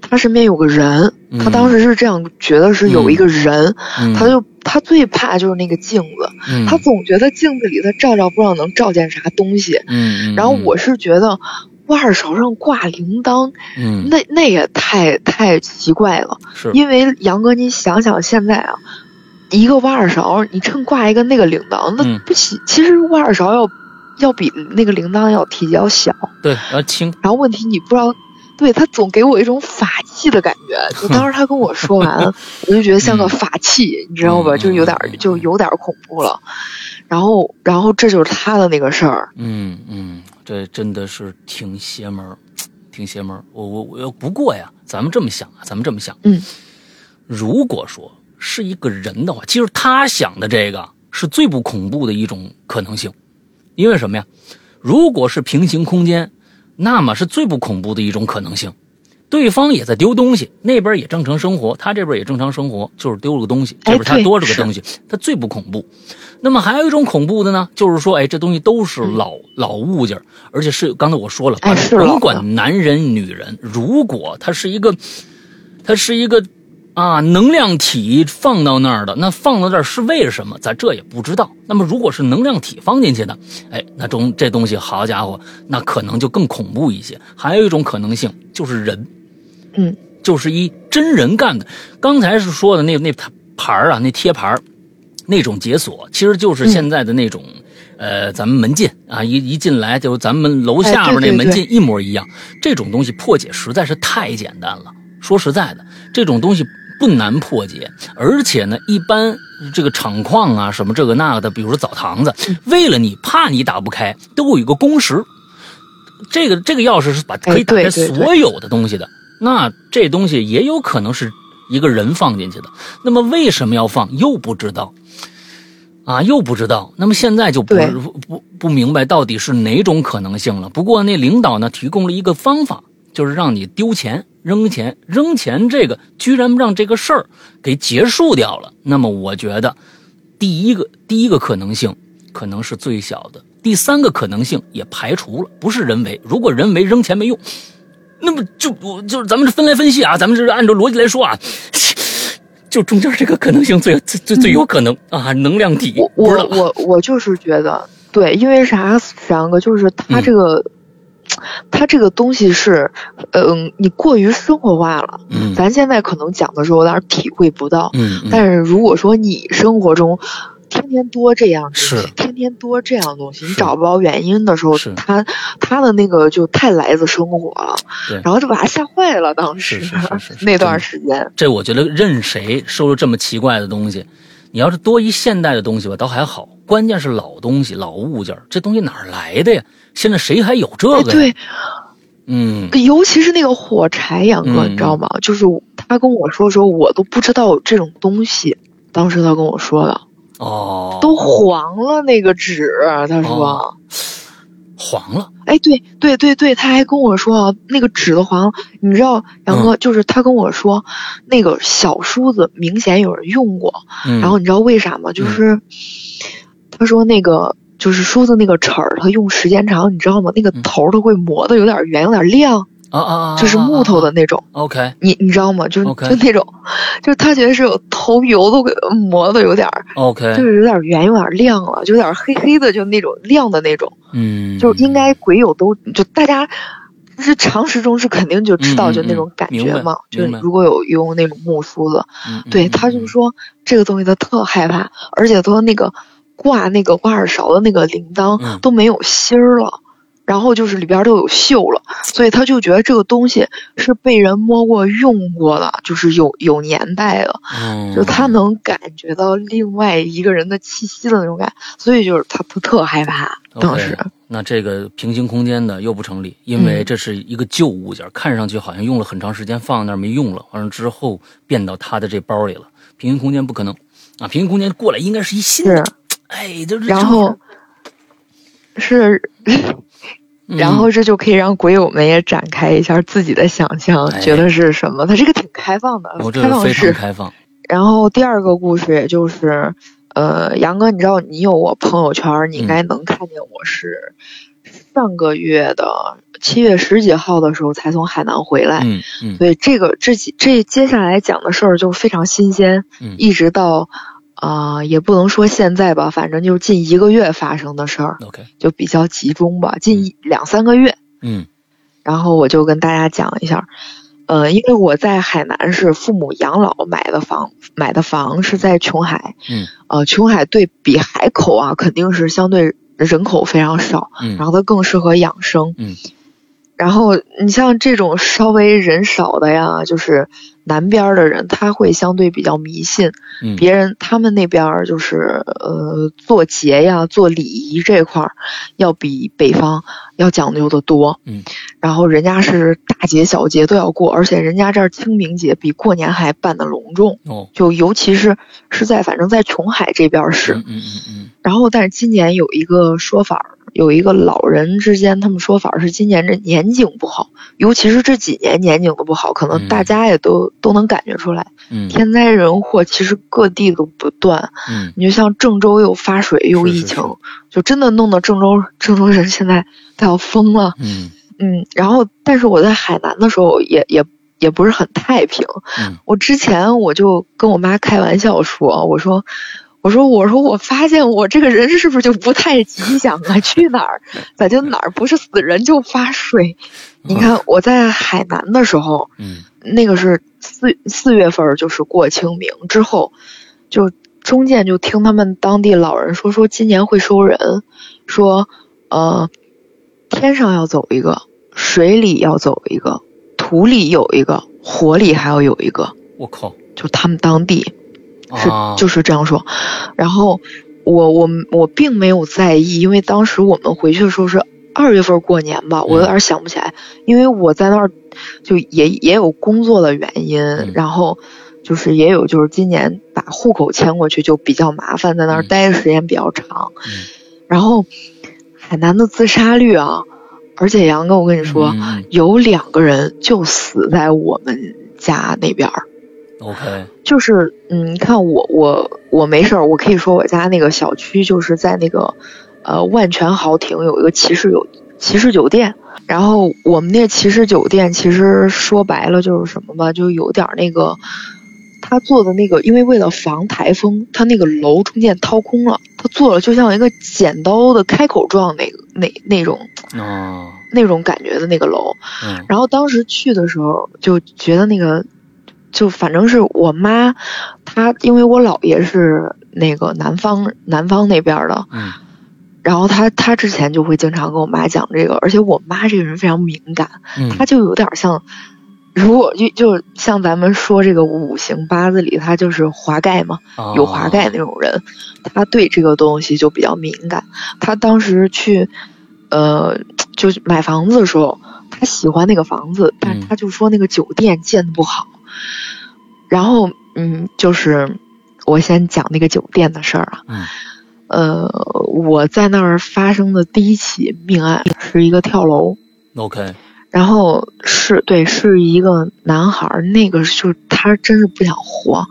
Speaker 3: 他身边有个人，
Speaker 2: 嗯
Speaker 3: 他当时是这样觉得是有一个人，
Speaker 2: 嗯、
Speaker 3: 他就他最怕就是那个镜子，
Speaker 2: 嗯
Speaker 3: 他总觉得镜子里他照照不知道能照见啥东西。
Speaker 2: 嗯，嗯
Speaker 3: 然后我是觉得。哇，耳勺上挂铃铛，
Speaker 2: 嗯
Speaker 3: 那那也太太奇怪了。
Speaker 2: 是
Speaker 3: 因为杨哥，你想想现在啊，一个挖耳勺，你趁挂一个那个铃铛，那
Speaker 2: 嗯
Speaker 3: 不起，其实挖耳勺要要比那个铃铛要体积要小。
Speaker 2: 对要轻
Speaker 3: 然后问题你不知道，对他总给我一种法器的感觉。就当时他跟我 说完，我就觉得像个法器，你知道吧？
Speaker 2: 嗯
Speaker 3: 就有点
Speaker 2: 嗯嗯
Speaker 3: 就有点恐怖了。然后，然后这就是他的那个事儿。
Speaker 2: 嗯，嗯，这真的是挺邪门儿，挺邪门儿。我我我，不过呀，咱们这么想啊，咱们这么想，
Speaker 3: 嗯，
Speaker 2: 如果说是一个人的话，其实他想的这个是最不恐怖的一种可能性，因为什么呀？如果是平行空间，那么是最不恐怖的一种可能性。对方也在丢东西，那边也正常生活，他这边也正常生活，就是丢了个东西，这
Speaker 3: 哎
Speaker 2: 边他
Speaker 3: 对
Speaker 2: 多了个
Speaker 3: 是
Speaker 2: 东西，他最不恐怖。那么还有一种恐怖的呢，就是说，哎，这东西都是老、老物件儿，而且是刚才我说了，
Speaker 3: 哎嗯是老
Speaker 2: 甭
Speaker 3: 的
Speaker 2: 管男人女人，如果它是一个，它是一个啊能量体放到那儿的，那放到那儿是为什么？咱这也不知道。那么如果是能量体放进去的，哎，那中这东西，好家伙，那可能就更恐怖一些。还有一种可能性就是人，
Speaker 3: 嗯，
Speaker 2: 就是一真人干的。刚才是说的那那牌儿啊，那贴牌儿，那种解锁，其实就是现在的那
Speaker 3: 嗯
Speaker 2: 种，呃，咱们门禁啊，一一进来就咱们楼下边那门
Speaker 3: 哎对
Speaker 2: 禁一模一样。这种东西破解实在是太简单了。说实在的，这种东西不难破解，而且呢，一般这个厂矿啊，什么这个那个的，比如说澡堂子，
Speaker 3: 嗯
Speaker 2: 为了你怕你打不开，都有一个工时。这个这个钥匙是把
Speaker 3: 哎
Speaker 2: 可以打开
Speaker 3: 对对对
Speaker 2: 所有的东西的，那这东西也有可能是一个人放进去的。那么为什么要放又不知道，啊，又不知道。那么现在就不
Speaker 3: 对
Speaker 2: 不不不明白到底是哪种可能性了。不过那领导呢提供了一个方法，就是让你丢钱、扔钱、扔钱，这个居然让这个事儿给结束掉了。那么我觉得，第一个第一个可能性可能是最小的，第三个可能性也排除了，不是人为。如果人为扔钱没用，那么就我就是咱们这分来分析啊，咱们这是按照逻辑来说啊，就中间这个可能性最最最最有可能啊，能量体
Speaker 3: 我
Speaker 2: 不
Speaker 3: 我
Speaker 2: 知道
Speaker 3: 我我就是觉得，对，因为啥，然哥就是他
Speaker 2: 嗯
Speaker 3: 这个，他这个东西是，嗯，你过于生活化了。
Speaker 2: 嗯
Speaker 3: 咱现在可能讲的时候有点体会不到，
Speaker 2: 嗯嗯
Speaker 3: 但是如果说你生活中天天多这样的东
Speaker 2: 是
Speaker 3: 西，天天多这样的东西，你
Speaker 2: 是
Speaker 3: 找不着原因的时候
Speaker 2: 是，
Speaker 3: 他他的那个就太来自生活了
Speaker 2: 对，
Speaker 3: 然后就把他吓坏了。当时
Speaker 2: 是是是是是
Speaker 3: 那段时间，
Speaker 2: 这我觉得任谁收了这么奇怪的东西，你要是多一现代的东西吧，倒还好。关键是老东西、老物件儿，这东西哪儿来的呀？现在谁还有这
Speaker 3: 哎，
Speaker 2: 个呀？
Speaker 3: 对，
Speaker 2: 嗯
Speaker 3: 尤其是那个火柴，杨哥，
Speaker 2: 嗯
Speaker 3: 你知道吗？就是他跟我说的时候，我都不知道有这种东西。当时他跟我说的，
Speaker 2: 哦，
Speaker 3: 都黄了那个纸，他
Speaker 2: 哦
Speaker 3: 说，
Speaker 2: 黄了，
Speaker 3: 哎，对对对对，他还跟我说啊，那个纸都黄了。你知道，杨
Speaker 2: 嗯
Speaker 3: 哥，就是他跟我说，那个小梳子明显有人用过，
Speaker 2: 嗯、
Speaker 3: 然后你知道为啥吗？就是他说那个就是梳子那个齿儿，它用时间长，你知道吗？那个
Speaker 2: 嗯
Speaker 3: 头儿它会磨的有点圆，有点亮，
Speaker 2: 啊啊啊，
Speaker 3: 就是木头的那种。
Speaker 2: 啊。啊 OK，
Speaker 3: 你你知道吗？就
Speaker 2: OK
Speaker 3: 就那种，就是他觉得是有头油都给磨的有点儿，
Speaker 2: OK，
Speaker 3: 就是有点圆，有点亮了，就有点黑黑的，就那种亮的那种，
Speaker 2: 嗯，
Speaker 3: 就是应该鬼友都就大家。是常识中是肯定就知
Speaker 2: 嗯
Speaker 3: 道
Speaker 2: 嗯
Speaker 3: 就那
Speaker 2: 嗯
Speaker 3: 种感
Speaker 2: 明白
Speaker 3: 觉嘛，就
Speaker 2: 明
Speaker 3: 是
Speaker 2: 白
Speaker 3: 如果有用那种木梳子，
Speaker 2: 嗯，嗯
Speaker 3: 对，他就，说这个东西他特害怕，而且他那个挂那个挂耳勺的那个铃
Speaker 2: 嗯
Speaker 3: 铛都没有芯儿了，然后就是里边儿都有锈了，所以他就觉得这个东西是被人摸过、用过的，就是有有年代了，
Speaker 2: 嗯嗯
Speaker 3: 就他能感觉到另外一个人的气息的那种感，所以就是他他特害怕，当时
Speaker 2: OK，那这个平行空间的又不成立，因为这是一个旧物件，看上去好像用了很长时间，放在那儿没用了，完了之后变到他的这包里了。平行空间不可能啊！平行空间过来应该是一新的
Speaker 3: 是，，
Speaker 2: 哎，就是
Speaker 3: 然后。是，
Speaker 2: 嗯
Speaker 3: 然后这就可以让鬼友们也展开一下自己的想象，
Speaker 2: 哎哦
Speaker 3: 觉得是什么？他这个挺开放的，
Speaker 2: 我这
Speaker 3: 开
Speaker 2: 是
Speaker 3: 放
Speaker 2: 非常
Speaker 3: 式。
Speaker 2: 开放，
Speaker 3: 然后第二个故事，也就是，呃，杨哥，你知道你有我朋友圈儿，你应该
Speaker 2: 嗯
Speaker 3: 能看见我是上个月的七月十几号的时候才从海南回来，
Speaker 2: 嗯嗯
Speaker 3: 所以这个这几这接下来讲的事儿就非常新鲜，
Speaker 2: 嗯
Speaker 3: 一直到。啊、也不能说现在吧，反正就是近一个月发生的事儿，
Speaker 2: ，OK，
Speaker 3: 就比较集中吧，近一两三个月。
Speaker 2: 嗯
Speaker 3: 然后我就跟大家讲一下，呃，因为我在海南是父母养老买的房，买的房是在琼海，
Speaker 2: 嗯，
Speaker 3: 呃，琼海对比海口啊，肯定是相对人口非常少，
Speaker 2: 嗯
Speaker 3: 然后它更适合养生，
Speaker 2: 嗯，
Speaker 3: 然后你像这种稍微人少的呀，就是南边儿的人，他会相对比较迷信，
Speaker 2: 嗯，
Speaker 3: 别人他们那边儿就是呃做节呀、做礼仪这块儿，要比北方要讲究的多。
Speaker 2: 嗯，
Speaker 3: 然后人家是大节小节都要过，而且人家这儿清明节比过年还办的隆重，
Speaker 2: 哦，
Speaker 3: 就尤其是是在反正在琼海这边儿是。
Speaker 2: 嗯嗯嗯
Speaker 3: 然后，但是今年有一个说法儿，有一个老人之间他们说法儿是今年这年景不好，尤其是这几年年景都不好，可能大
Speaker 2: 嗯
Speaker 3: 家也都、都能感觉出来。
Speaker 2: 嗯嗯
Speaker 3: 天灾人祸其实各地都不断，
Speaker 2: 嗯，
Speaker 3: 你就像郑州又发水又
Speaker 2: 是是
Speaker 3: 疫情，就真的弄得郑州郑州人现在都要疯了。
Speaker 2: 嗯
Speaker 3: 嗯，然后但是我在海南的时候也也也不是很太平。
Speaker 2: 嗯
Speaker 3: 我之前我就跟我妈开玩笑说，我说。我说，我说，我发现我这个人是不是就不太吉祥啊？ 去哪儿，咋就哪儿不是死人就发水？你
Speaker 2: 啊
Speaker 3: 看我在海南的时候，
Speaker 2: 嗯
Speaker 3: 那个是四四月份儿，就是过清明之后，就中间就听他们当地老人说，说今年会收人，说呃，天上要走一个，水里要走一个，土里有一个，火里还要有一个，
Speaker 2: 我靠，
Speaker 3: 就他们当地是
Speaker 2: 啊，
Speaker 3: 就是这样说。然后我我我并没有在意，因为当时我们回去的时候是二月份过年吧，我
Speaker 2: 嗯
Speaker 3: 有点想不起来，因为我在那儿就也也有工作的原因，
Speaker 2: 嗯
Speaker 3: 然后。就是也有，就是今年把户口迁过去就比较麻烦，在那儿
Speaker 2: 嗯
Speaker 3: 待的时间比较长。
Speaker 2: 嗯
Speaker 3: 然后，海南的自杀率啊，而且杨哥，我跟你说，
Speaker 2: 嗯嗯
Speaker 3: 有两个人就死在我们家那边儿。
Speaker 2: 嗯 OK，
Speaker 3: 就是，嗯，你看我我我没事儿，我可以说我家那个小区就是在那个，呃，万泉豪庭有一个骑士有骑士酒店，然后我们那骑士酒店其实说白了就是什么吧，就有点儿那个，他做的那个，因为为了防台风，他那个楼中间掏空了，他做了就像一个剪刀的开口状那个那那种
Speaker 2: 哦，
Speaker 3: 那种感觉的那个楼，
Speaker 2: 嗯
Speaker 3: 然后当时去的时候就觉得那个，就反正是我妈，她因为我姥爷是那个南方南方那边的，
Speaker 2: 嗯
Speaker 3: 然后她她之前就会经常跟我妈讲这个，而且我妈这个人非常敏感，
Speaker 2: 嗯，
Speaker 3: 她就有点像，如果就就像咱们说这个五行八字里，她就是华盖嘛，
Speaker 2: 哦
Speaker 3: 有华盖那种人，他对这个东西就比较敏感。他当时去，呃，就买房子的时候，他喜欢那个房子，但是他就说那个酒店建的不好。然后，嗯，就是我先讲那个酒店的事儿啊。
Speaker 2: 嗯
Speaker 3: 呃，我在那儿发生的第一起命案是一个跳楼，
Speaker 2: ，OK，
Speaker 3: 然后是对，是一个男孩儿，那个就是他真是不想活，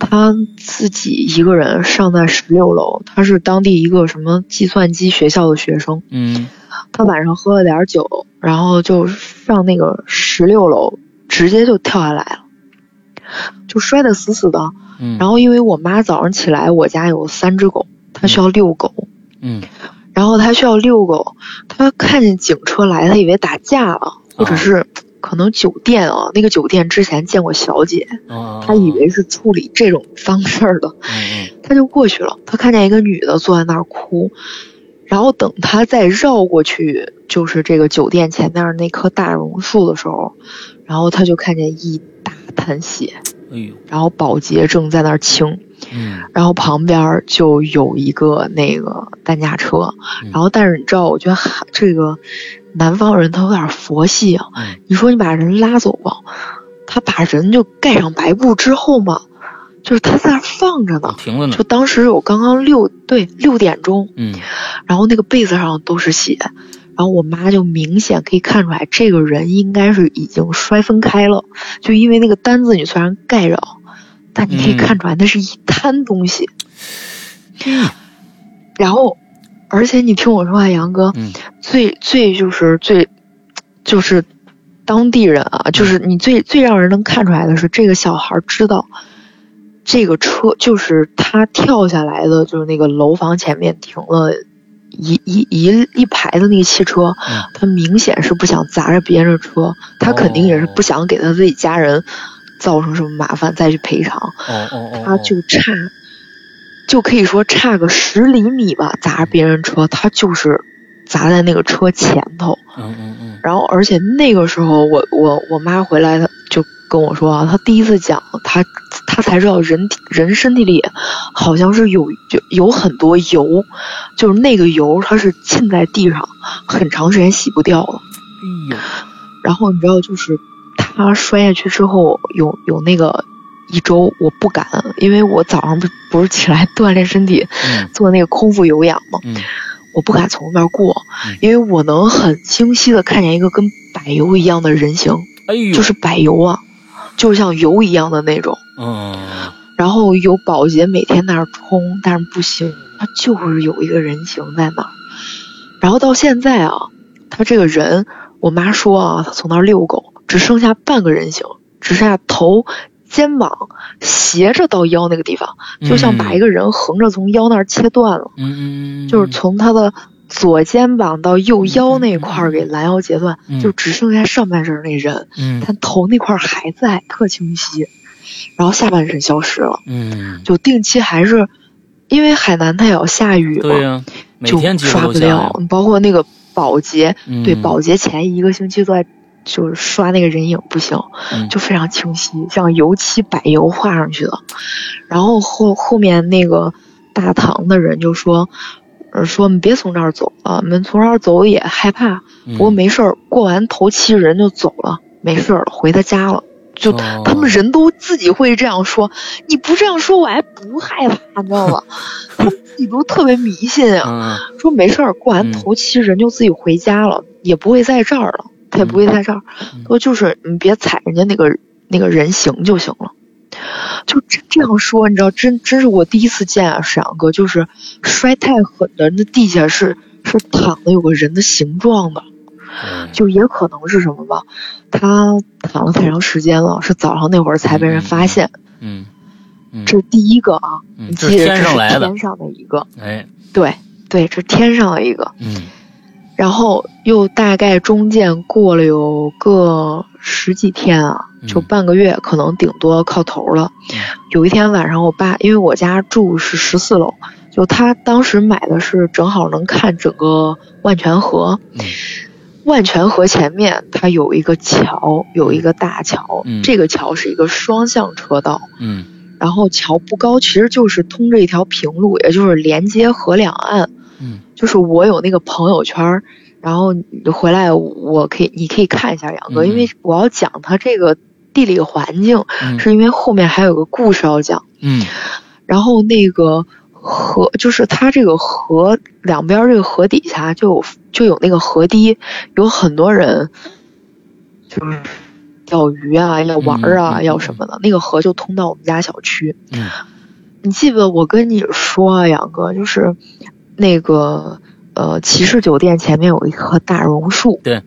Speaker 3: 他自己一个人上在十六楼，他是当地一个什么计算机学校的学生，
Speaker 2: 嗯
Speaker 3: 他晚上喝了点儿酒，然后就上那个十六楼，直接就跳下来了，就摔得死死的。
Speaker 2: 嗯，
Speaker 3: 然
Speaker 2: 后
Speaker 3: 后因为我妈早上起来，我家有三只狗，她需要遛狗，
Speaker 2: 嗯
Speaker 3: 然后他需要遛狗，他看见警车来，他以为打架了，或者是可能酒店啊，那个酒店之前见过小姐，
Speaker 2: 哦，
Speaker 3: 他以为是处理这种脏事儿的，
Speaker 2: 嗯嗯
Speaker 3: 他就过去了。他看见一个女的坐在那儿哭，然后等他再绕过去，就是这个酒店前面那棵大榕树的时候，然后他就看见一大滩血，
Speaker 2: 哎呦
Speaker 3: 然后保洁正在那儿清。
Speaker 2: 嗯
Speaker 3: 然后旁边儿就有一个那个担架车
Speaker 2: 嗯，
Speaker 3: 然后但是你知道，我觉得哈这个南方人他有点佛系啊。
Speaker 2: 嗯
Speaker 3: 你说你把人拉走吧，他把人就盖上白布之后嘛，就是他在那儿放着呢。
Speaker 2: 停了呢
Speaker 3: 就当时我刚刚六对六点钟，
Speaker 2: 嗯
Speaker 3: 然后那个被子上都是血，然后我妈就明显可以看出来，这个人应该是已经摔分开了，就因为那个单子你虽然盖着，但你可以
Speaker 2: 嗯
Speaker 3: 看出来那是一滩东西。然后，而且你听我说话，啊杨哥，
Speaker 2: 嗯
Speaker 3: 最最就是最就是当地人啊，就是你最最让人能看出来的是，这个小孩知道这个车就是他跳下来的，就是那个楼房前面停了一一一一排的那个汽车，
Speaker 2: 嗯
Speaker 3: 他明显是不想砸着别人的车，他肯定也是不想给他自己家人造成什么麻烦再去赔偿，
Speaker 2: 哦哦哦，
Speaker 3: 他就差。就可以说差个十厘米吧，砸着别人车，他就是砸在那个车前头，
Speaker 2: 嗯嗯嗯
Speaker 3: 然后，而且那个时候我，我我妈回来，她就跟我说啊，她第一次讲，她她才知道人体人身体里好像是有有有很多油，就是那个油它是浸在地上，很长时间洗不掉了。
Speaker 2: 哎呦
Speaker 3: 然后你知道，就是她摔下去之后，有有那个一周我不敢，因为我早上不不是起来锻炼身体
Speaker 2: 嗯
Speaker 3: 做那个空腹有氧嘛，
Speaker 2: 嗯
Speaker 3: 我不敢从那边过
Speaker 2: 嗯，
Speaker 3: 因为我能很清晰的看见一个跟柏油一样的人形，
Speaker 2: 哎呦
Speaker 3: 就是柏油啊，就像油一样的那种。
Speaker 2: 嗯
Speaker 3: 然后有保洁每天在那儿冲，但是不行，他就是有一个人形在那儿。然后到现在啊，他这个人，我妈说啊，他从那儿遛狗，只剩下半个人形，只剩下头、肩膀斜着到腰那个地方，
Speaker 2: 嗯
Speaker 3: 就像把一个人横着从腰那儿切断了。
Speaker 2: 嗯嗯
Speaker 3: 就是从他的左肩膀到右腰那块儿给拦腰截断，
Speaker 2: 嗯
Speaker 3: 就只剩下上半身那人，
Speaker 2: 嗯
Speaker 3: 但头那块儿还在，特清晰，然后下半身消失了。
Speaker 2: 嗯
Speaker 3: 就定期还是，因为海南它也要下雨嘛，
Speaker 2: 对呀，每
Speaker 3: 就
Speaker 2: 天几乎
Speaker 3: 刷
Speaker 2: 都
Speaker 3: 不
Speaker 2: 下嗯
Speaker 3: 了。你包括那个保洁，对保
Speaker 2: 保
Speaker 3: 洁前一个星期都在。就是刷那个人影不行，
Speaker 2: 嗯
Speaker 3: 就非常清晰，像油漆柏油画上去的。然后后后面那个大堂的人就说，呃，说你别从这儿走了，你们从这儿走也害怕。
Speaker 2: 嗯
Speaker 3: 不过没事儿，过完头七人就走了，没事儿了，回他家了。就
Speaker 2: 哦
Speaker 3: 他们人都自己会这样说，你不这样说我还不害怕，你知道吗？ 他们自己都特别迷信啊，
Speaker 2: 嗯
Speaker 3: 说没事儿，过
Speaker 2: 嗯
Speaker 3: 完头七人就自己回家了，也不会在这儿了，他也不会在这儿。
Speaker 2: 嗯
Speaker 3: 说就是你别踩人家那个那个人形就行了。就这这样说，你知道，真真是我第一次见啊，沈阳哥，就是摔太狠的，那地下是是躺的有个人的形状的，
Speaker 2: 嗯
Speaker 3: 就也可能是什么吧，他躺了太长时间了，是早上那会儿才被人发现。
Speaker 2: 嗯嗯
Speaker 3: 这是第一个啊，
Speaker 2: 嗯
Speaker 3: 你
Speaker 2: 这
Speaker 3: 记
Speaker 2: 是
Speaker 3: 着，这
Speaker 2: 天
Speaker 3: 是
Speaker 2: 上来的
Speaker 3: 天上的一个，
Speaker 2: 哎
Speaker 3: 对对，这是天上的一个。
Speaker 2: 嗯
Speaker 3: 然后又大概中间过了有个十几天啊，
Speaker 2: 嗯
Speaker 3: 就半个月，可能顶多靠头了。
Speaker 2: 嗯
Speaker 3: 有一天晚上，我爸因为我家住是十四楼，就他当时买的是正好能看整个万泉河。
Speaker 2: 嗯
Speaker 3: 万泉河前面它有一个桥，有一个大桥，
Speaker 2: 嗯
Speaker 3: 这个桥是一个双向车道，
Speaker 2: 嗯
Speaker 3: 然后桥不高，其实就是通着一条平路，也就是连接河两岸。
Speaker 2: 嗯
Speaker 3: 就是我有那个朋友圈儿，然后你回来我可以你可以看一下杨哥，
Speaker 2: 嗯
Speaker 3: 因为我要讲他这个地理环境，
Speaker 2: 嗯
Speaker 3: 是因为后面还有个故事要讲。
Speaker 2: 嗯
Speaker 3: 然后那个河，就是它这个河两边这个河底下就有就有那个河堤，有很多人就是钓鱼啊，要玩儿啊，
Speaker 2: 嗯嗯嗯
Speaker 3: 要什么的。那个河就通到我们家小区。
Speaker 2: 嗯
Speaker 3: 你记不？我跟你说啊，杨哥，就是那个呃，骑士酒店前面有一棵大榕树。
Speaker 2: 对。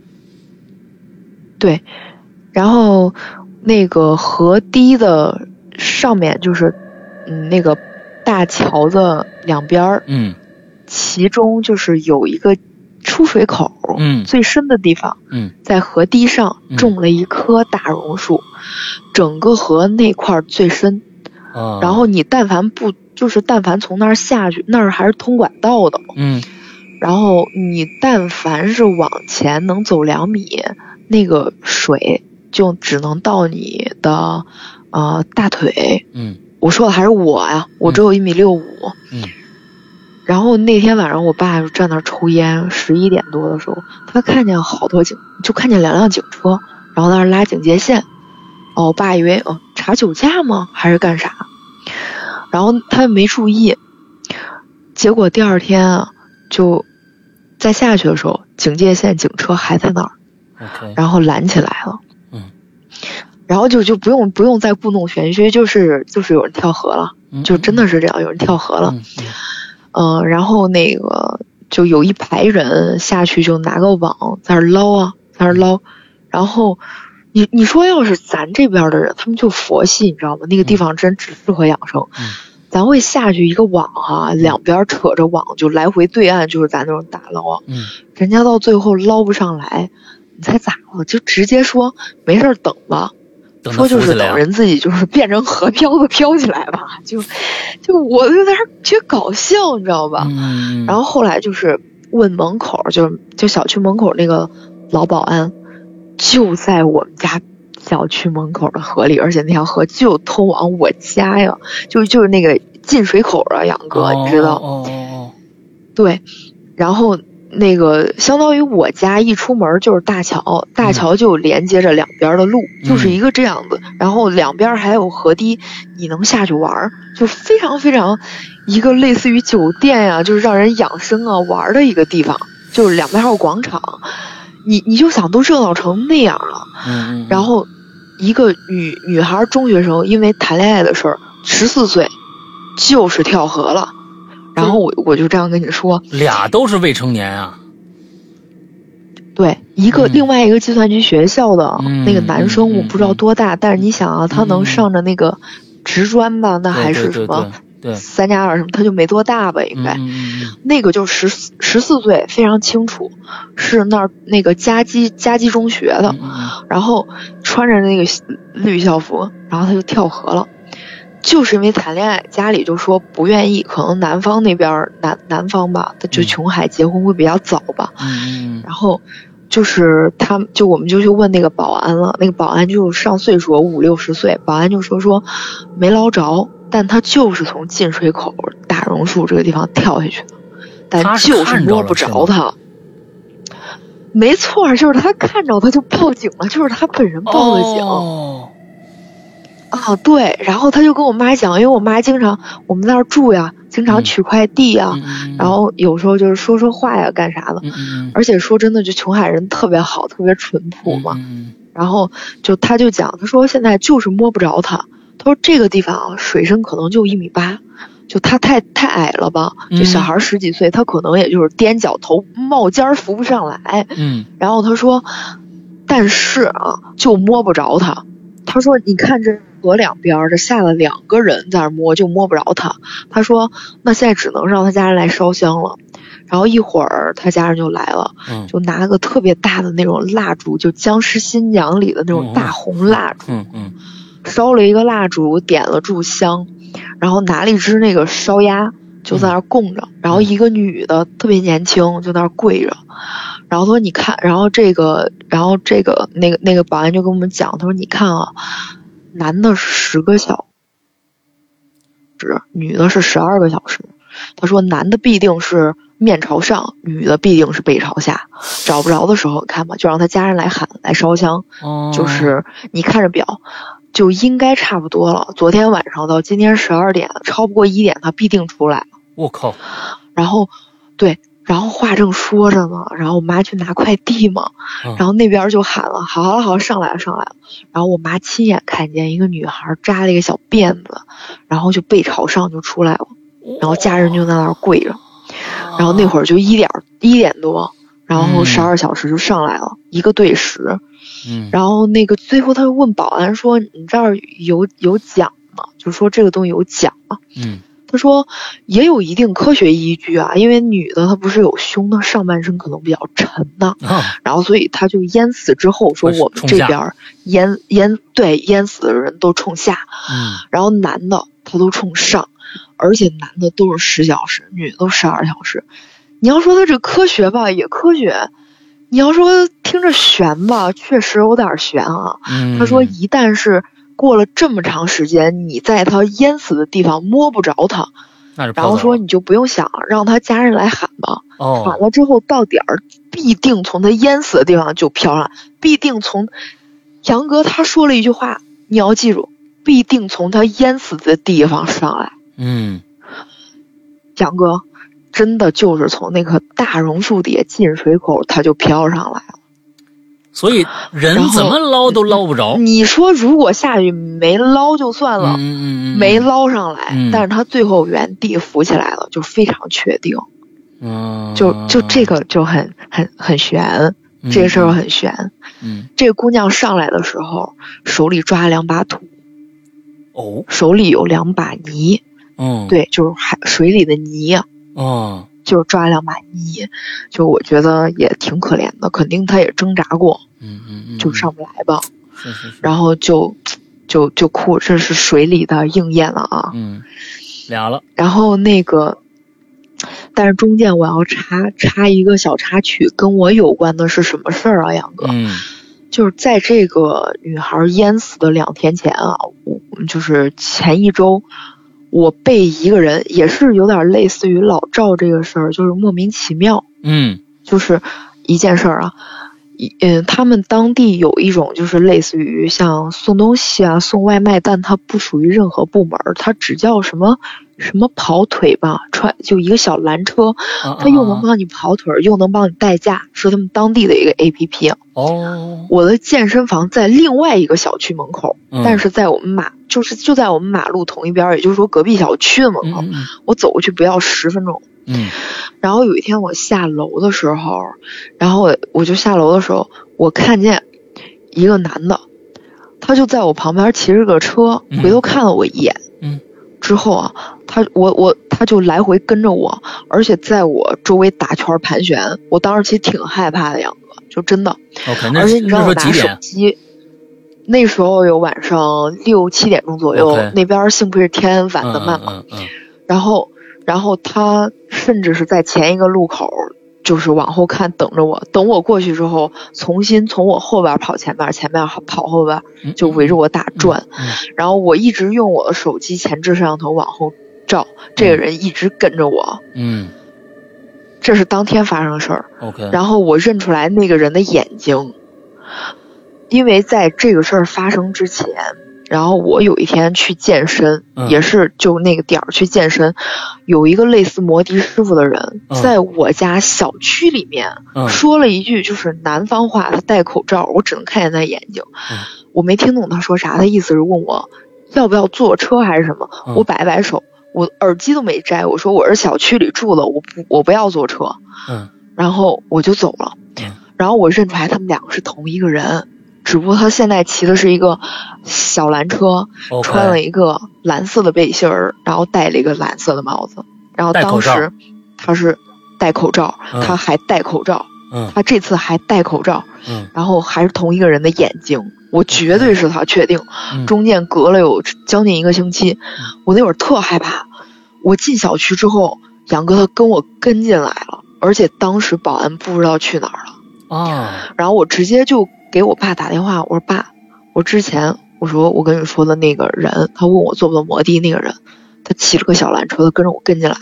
Speaker 3: 对，然后那个河堤的上面就是，嗯，那个大桥的两边儿，
Speaker 2: 嗯
Speaker 3: 其中就是有一个出水口，
Speaker 2: 嗯
Speaker 3: 最深的地方，
Speaker 2: 嗯，
Speaker 3: 在河堤上
Speaker 2: 嗯
Speaker 3: 种了一棵大榕树，整个河那块儿最深。
Speaker 2: 啊，
Speaker 3: 然后你但凡不就是但凡从那儿下去，那儿还是通管道的，
Speaker 2: 嗯
Speaker 3: 然后你但凡是往前能走两米，那个水就只能到你的呃大腿。
Speaker 2: 嗯
Speaker 3: 我说的还是我呀、我只有一米六五。
Speaker 2: 嗯。
Speaker 3: 然后那天晚上，我爸就站那儿抽烟，十一点多的时候，他看见好多警，就看见两辆警车，然后在那儿拉警戒线。哦，我爸以为哦查酒驾吗，还是干啥？然后他也没注意，结果第二天啊，就再下去的时候，警戒线警车还在那儿，
Speaker 2: ，OK，
Speaker 3: 然后拦起来了。
Speaker 2: 嗯。
Speaker 3: 然后就就不用不用再故弄玄虚，就是就是有人跳河了，
Speaker 2: 嗯
Speaker 3: 就真的是这样，有人跳河了。
Speaker 2: 嗯嗯
Speaker 3: 嗯、然后那个就有一排人下去，就拿个网在那儿捞啊，在那儿捞。然后你你说要是咱这边的人，他们就佛系，你知道吗？那个地方真只适合养生。
Speaker 2: 嗯
Speaker 3: 咱会下去一个网哈、两边扯着网就来回对岸，就是咱那种打捞啊。
Speaker 2: 嗯
Speaker 3: 人家到最后捞不上来，你猜咋了？就直接说没事儿等吧，
Speaker 2: 嗯，等它
Speaker 3: 说就
Speaker 2: 浮起
Speaker 3: 是
Speaker 2: 来啊
Speaker 3: 等人自己就是变成河 漂子飘起来吧，就就我就在那儿觉得搞笑，你知道吧？
Speaker 2: 嗯，
Speaker 3: 然
Speaker 2: 后
Speaker 3: 后后来就是问门口，就就小区门口那个老保安，就在我们家小区门口的河里，而且那条河就通往我家呀，就就是那个进水口啊，杨哥，你知道？
Speaker 2: 哦哦
Speaker 3: 对，然后。那个相当于我家一出门就是大桥，大桥就连接着两边的路，就是一个这样子。然后两边还有河堤，你能下去玩儿，就非常非常一个类似于酒店呀、就是让人养生啊玩儿的一个地方。就是两边还有广场，你你就想都热闹成那样了，
Speaker 2: 哦，嗯嗯，
Speaker 3: 然后一个女女孩中学生因为谈恋爱的事儿，十四岁就是跳河了。然后我我就这样跟你说，
Speaker 2: 俩都是未成年啊，
Speaker 3: 对，一个、
Speaker 2: 嗯
Speaker 3: 另外一个计算机学校的
Speaker 2: 嗯
Speaker 3: 那个男生，
Speaker 2: 嗯
Speaker 3: 我不知道多大，但是你想啊，他能上着那个职专吧，
Speaker 2: 对
Speaker 3: 那还是
Speaker 2: 对
Speaker 3: 什
Speaker 2: 对
Speaker 3: 么
Speaker 2: 对，对
Speaker 3: 三加二什么，他就没多大吧，应该。
Speaker 2: 嗯嗯嗯
Speaker 3: 那个就十十四岁，非常清楚，是那儿那个佳基佳基中学的，
Speaker 2: 嗯嗯
Speaker 3: 然后穿着那个绿校服，然后他就跳河了，就是因为谈恋爱，家里就说不愿意，可能南方那边儿南南方吧，他就
Speaker 2: 嗯
Speaker 3: 琼海结婚会比较早吧，
Speaker 2: 嗯嗯嗯
Speaker 3: 然后就是他们就我们就去问那个保安了，那个保安就上岁数五六十岁，保安就说说没捞着，但他就是从进水口大榕树这个地方跳下去的，但
Speaker 2: 他是
Speaker 3: 就是
Speaker 2: 看着
Speaker 3: 摸
Speaker 2: 了
Speaker 3: 不
Speaker 2: 是
Speaker 3: 着
Speaker 2: 吗
Speaker 3: 他。没错，就是他看着他就报警了，就是他本人报的警、
Speaker 2: 哦
Speaker 3: 啊，对。然后他就跟我妈讲，因为我妈经常我们在那儿住呀，经常
Speaker 2: 嗯
Speaker 3: 取快递呀，
Speaker 2: 嗯嗯嗯
Speaker 3: 然后有时候就是说说话呀，干啥的。
Speaker 2: 嗯嗯嗯
Speaker 3: 而且说真的，就琼海人特别好，特别淳朴嘛。
Speaker 2: 嗯嗯
Speaker 3: 然后就他就讲，他说现在就是摸不着他，他说这个地方啊，水深可能就一米八，就他太太矮了吧，
Speaker 2: 嗯
Speaker 3: 就小孩十几岁，他可能也就是踮脚头冒尖儿扶不上来。
Speaker 2: 嗯嗯
Speaker 3: 然后他说，但是啊，就摸不着他。他说：“你看这河两边儿，这下了两个人在那儿摸，就摸不着他。”他说：“那现在只能让他家人来烧香了。”然后一会儿他家人就来了，
Speaker 2: 嗯
Speaker 3: 就拿个特别大的那种蜡烛，就《僵尸新娘》里的那种大红蜡烛，
Speaker 2: 嗯嗯
Speaker 3: 烧了一个蜡烛，点了炷香，然后拿了一只那个烧鸭，就在那儿供着。然后一个女的特别年轻，就在那儿跪着。然后他说：“你看，然后这个，然后这个那个那个保安就跟我们讲，他说：‘你看啊，男的是十个小时，女的是十二个小时。’他说：‘男的必定是面朝上，女的必定是背朝下。找不着的时候，你看吧，就让他家人来喊来烧香，
Speaker 2: 哦，
Speaker 3: 就是你看着表，就应该差不多了。昨天晚上到今天十二点，超不过一点，他必定出来。
Speaker 2: 我靠，
Speaker 3: 然后，对，然后话正说着呢，然后我妈去拿快递嘛，
Speaker 2: 嗯
Speaker 3: 然后那边就喊了：“好了好了，上来了上来了。”然后我妈亲眼看见一个女孩扎了一个小辫子，然后就背朝上就出来了，然后家人就在那儿跪着，然后那会儿就一点一点多。然后
Speaker 2: 哦嗯
Speaker 3: 十二小时就上来了，一个对十。
Speaker 2: 嗯，
Speaker 3: 然后那个最后他就问保安说：“你这儿有有奖吗？就说这个东西有奖吗？”
Speaker 2: 嗯
Speaker 3: 他说也有一定科学依据啊，因为女的她不是有胸，她上半身可能比较沉呐、
Speaker 2: 啊，
Speaker 3: 然后所以她就淹死之后说
Speaker 2: 会
Speaker 3: 我们
Speaker 2: 冲
Speaker 3: 这
Speaker 2: 下
Speaker 3: 边儿淹淹对淹死的人都冲下，
Speaker 2: 嗯
Speaker 3: 然后男的他都冲上，而且男的都是十小时，女的都十二小时。你要说他这科学吧，也科学；你要说听着悬吧，确实有点悬啊。
Speaker 2: 嗯，
Speaker 3: 他说，一旦是过了这么长时间，你在他淹死的地方摸不着他，
Speaker 2: 那就
Speaker 3: 然后
Speaker 2: 泡澡
Speaker 3: 说你就不用想了，让他家人来喊吧。喊
Speaker 2: 哦，
Speaker 3: 了之后到点儿，必定从他淹死的地方就飘上来，必定从杨哥他说了一句话，你要记住，必定从他淹死的地方上来。
Speaker 2: 嗯，
Speaker 3: 杨哥真的就是从那棵大榕树底下进水口，他就飘上来了。
Speaker 2: 所以人
Speaker 3: 然后
Speaker 2: 怎么捞都捞不着，
Speaker 3: 你说如果下去没捞就算了，
Speaker 2: 哦嗯嗯嗯，
Speaker 3: 没捞上来，
Speaker 2: 嗯
Speaker 3: 但是他最后原地浮起来了，就非常确定，
Speaker 2: 嗯，
Speaker 3: 就就这个就很很很悬，
Speaker 2: 嗯
Speaker 3: 这个事儿，很悬。
Speaker 2: 嗯，
Speaker 3: 这个姑娘上来的时候，手里抓两把土，
Speaker 2: 哦，
Speaker 3: 手里有两把泥，
Speaker 2: 嗯，，
Speaker 3: 对，就是海水里的泥啊，
Speaker 2: 哦，
Speaker 3: 就是抓两把泥，就我觉得也挺可怜的，肯定她也挣扎过，
Speaker 2: 嗯嗯嗯，
Speaker 3: 就上不来吧，
Speaker 2: 是，是是，
Speaker 3: 然后就就就哭，这是水里的应验了啊，
Speaker 2: 嗯，俩了，
Speaker 3: 然后那个，但是中间我要插插一个小插曲，跟我有关的是什么事儿啊，杨哥？
Speaker 2: 嗯
Speaker 3: 就是在这个女孩淹死的两天前啊，我就是前一周，我被一个人也是有点类似于老赵这个事儿，就是莫名其妙，
Speaker 2: 嗯
Speaker 3: 就是一件事儿啊。一嗯，他们当地有一种就是类似于像送东西啊、送外卖，但它不属于任何部门儿，它只叫什么什么跑腿吧，穿就一个小蓝车，
Speaker 2: 啊，
Speaker 3: 它又能
Speaker 2: 啊
Speaker 3: 帮你跑腿儿，又能帮你代驾，是他们当地的一个 A P P。啊
Speaker 2: 哦，
Speaker 3: 我的健身房在另外一个小区门口，
Speaker 2: 嗯
Speaker 3: 但是在我们马就是就在我们马路同一边儿，也就是说隔壁小区的门口，
Speaker 2: 嗯
Speaker 3: 我走过去不要十分钟。
Speaker 2: 嗯
Speaker 3: 然后有一天我下楼的时候，然后我我就下楼的时候，我看见一个男的，他就在我旁边骑着个车
Speaker 2: 嗯，
Speaker 3: 回头看了我一眼。
Speaker 2: 嗯。
Speaker 3: 之后啊，他我我他就来回跟着我，而且在我周围打圈盘旋。我当时其实挺害怕的样子，就真的。
Speaker 2: ，OK，那
Speaker 3: 而且你知道
Speaker 2: 那
Speaker 3: 我
Speaker 2: 说几
Speaker 3: 拿手
Speaker 2: 点？
Speaker 3: 机，那时候有晚上六七点钟左右
Speaker 2: OK
Speaker 3: 那边儿幸亏是天晚
Speaker 2: 嗯
Speaker 3: 的慢嘛，
Speaker 2: 嗯嗯
Speaker 3: 然后，然后他甚至是在前一个路口，就是往后看等着我，等我过去之后，重新从我后边跑前面，前面跑后边，
Speaker 2: 嗯，
Speaker 3: 就围着我打转。
Speaker 2: 嗯
Speaker 3: 然后我一直用我的手机前置摄像头往后照，这个人一直跟着我。
Speaker 2: 嗯
Speaker 3: 这是当天发生的事儿。
Speaker 2: ，OK，
Speaker 3: 然后我认出来那个人的眼睛，因为在这个事儿发生之前，然后我有一天去健身，
Speaker 2: 嗯
Speaker 3: 也是就那个点儿去健身，有一个类似摩的师傅的人，
Speaker 2: 嗯
Speaker 3: 在我家小区里面、
Speaker 2: 嗯
Speaker 3: 说了一句就是南方话，他戴口罩，我只能看见他眼睛，
Speaker 2: 嗯
Speaker 3: 我没听懂他说啥，他意思是问我要不要坐车还是什么，
Speaker 2: 嗯
Speaker 3: 我摆摆手。我耳机都没摘，我说我是小区里住的，我不我不要坐车。
Speaker 2: 嗯
Speaker 3: 然后我就走了
Speaker 2: 嗯。
Speaker 3: 然后我认出来他们两个是同一个人，只不过他现在骑的是一个小蓝
Speaker 2: 嗯
Speaker 3: 车，
Speaker 2: ，OK，
Speaker 3: 穿了一个蓝色的背心儿，然后戴了一个蓝色的帽子。然后
Speaker 2: 戴口
Speaker 3: 当
Speaker 2: 罩
Speaker 3: 时他是戴口罩，
Speaker 2: 嗯
Speaker 3: 他还戴口罩，
Speaker 2: 嗯
Speaker 3: 他这次还戴口罩，
Speaker 2: 嗯
Speaker 3: 然后还是同一个人的眼睛，我绝对是他，确定。
Speaker 2: 嗯
Speaker 3: 中间隔了有将近一个星期，我那会儿特害怕。我进小区之后，杨哥他跟我跟进来了，而且当时保安不知道去哪儿了。
Speaker 2: 啊，
Speaker 3: 然后我直接就给我爸打电话，我说爸，我之前我说我跟你说的那个人，他问我坐不坐摩的那个人，他骑着个小蓝车，他跟着我跟进来。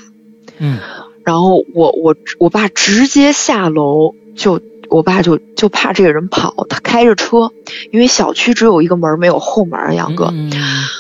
Speaker 2: 嗯
Speaker 3: 然后我我我爸直接下楼就，我爸就就怕这个人跑，他开着车，因为小区只有一个门没有后门啊，杨哥，
Speaker 2: 嗯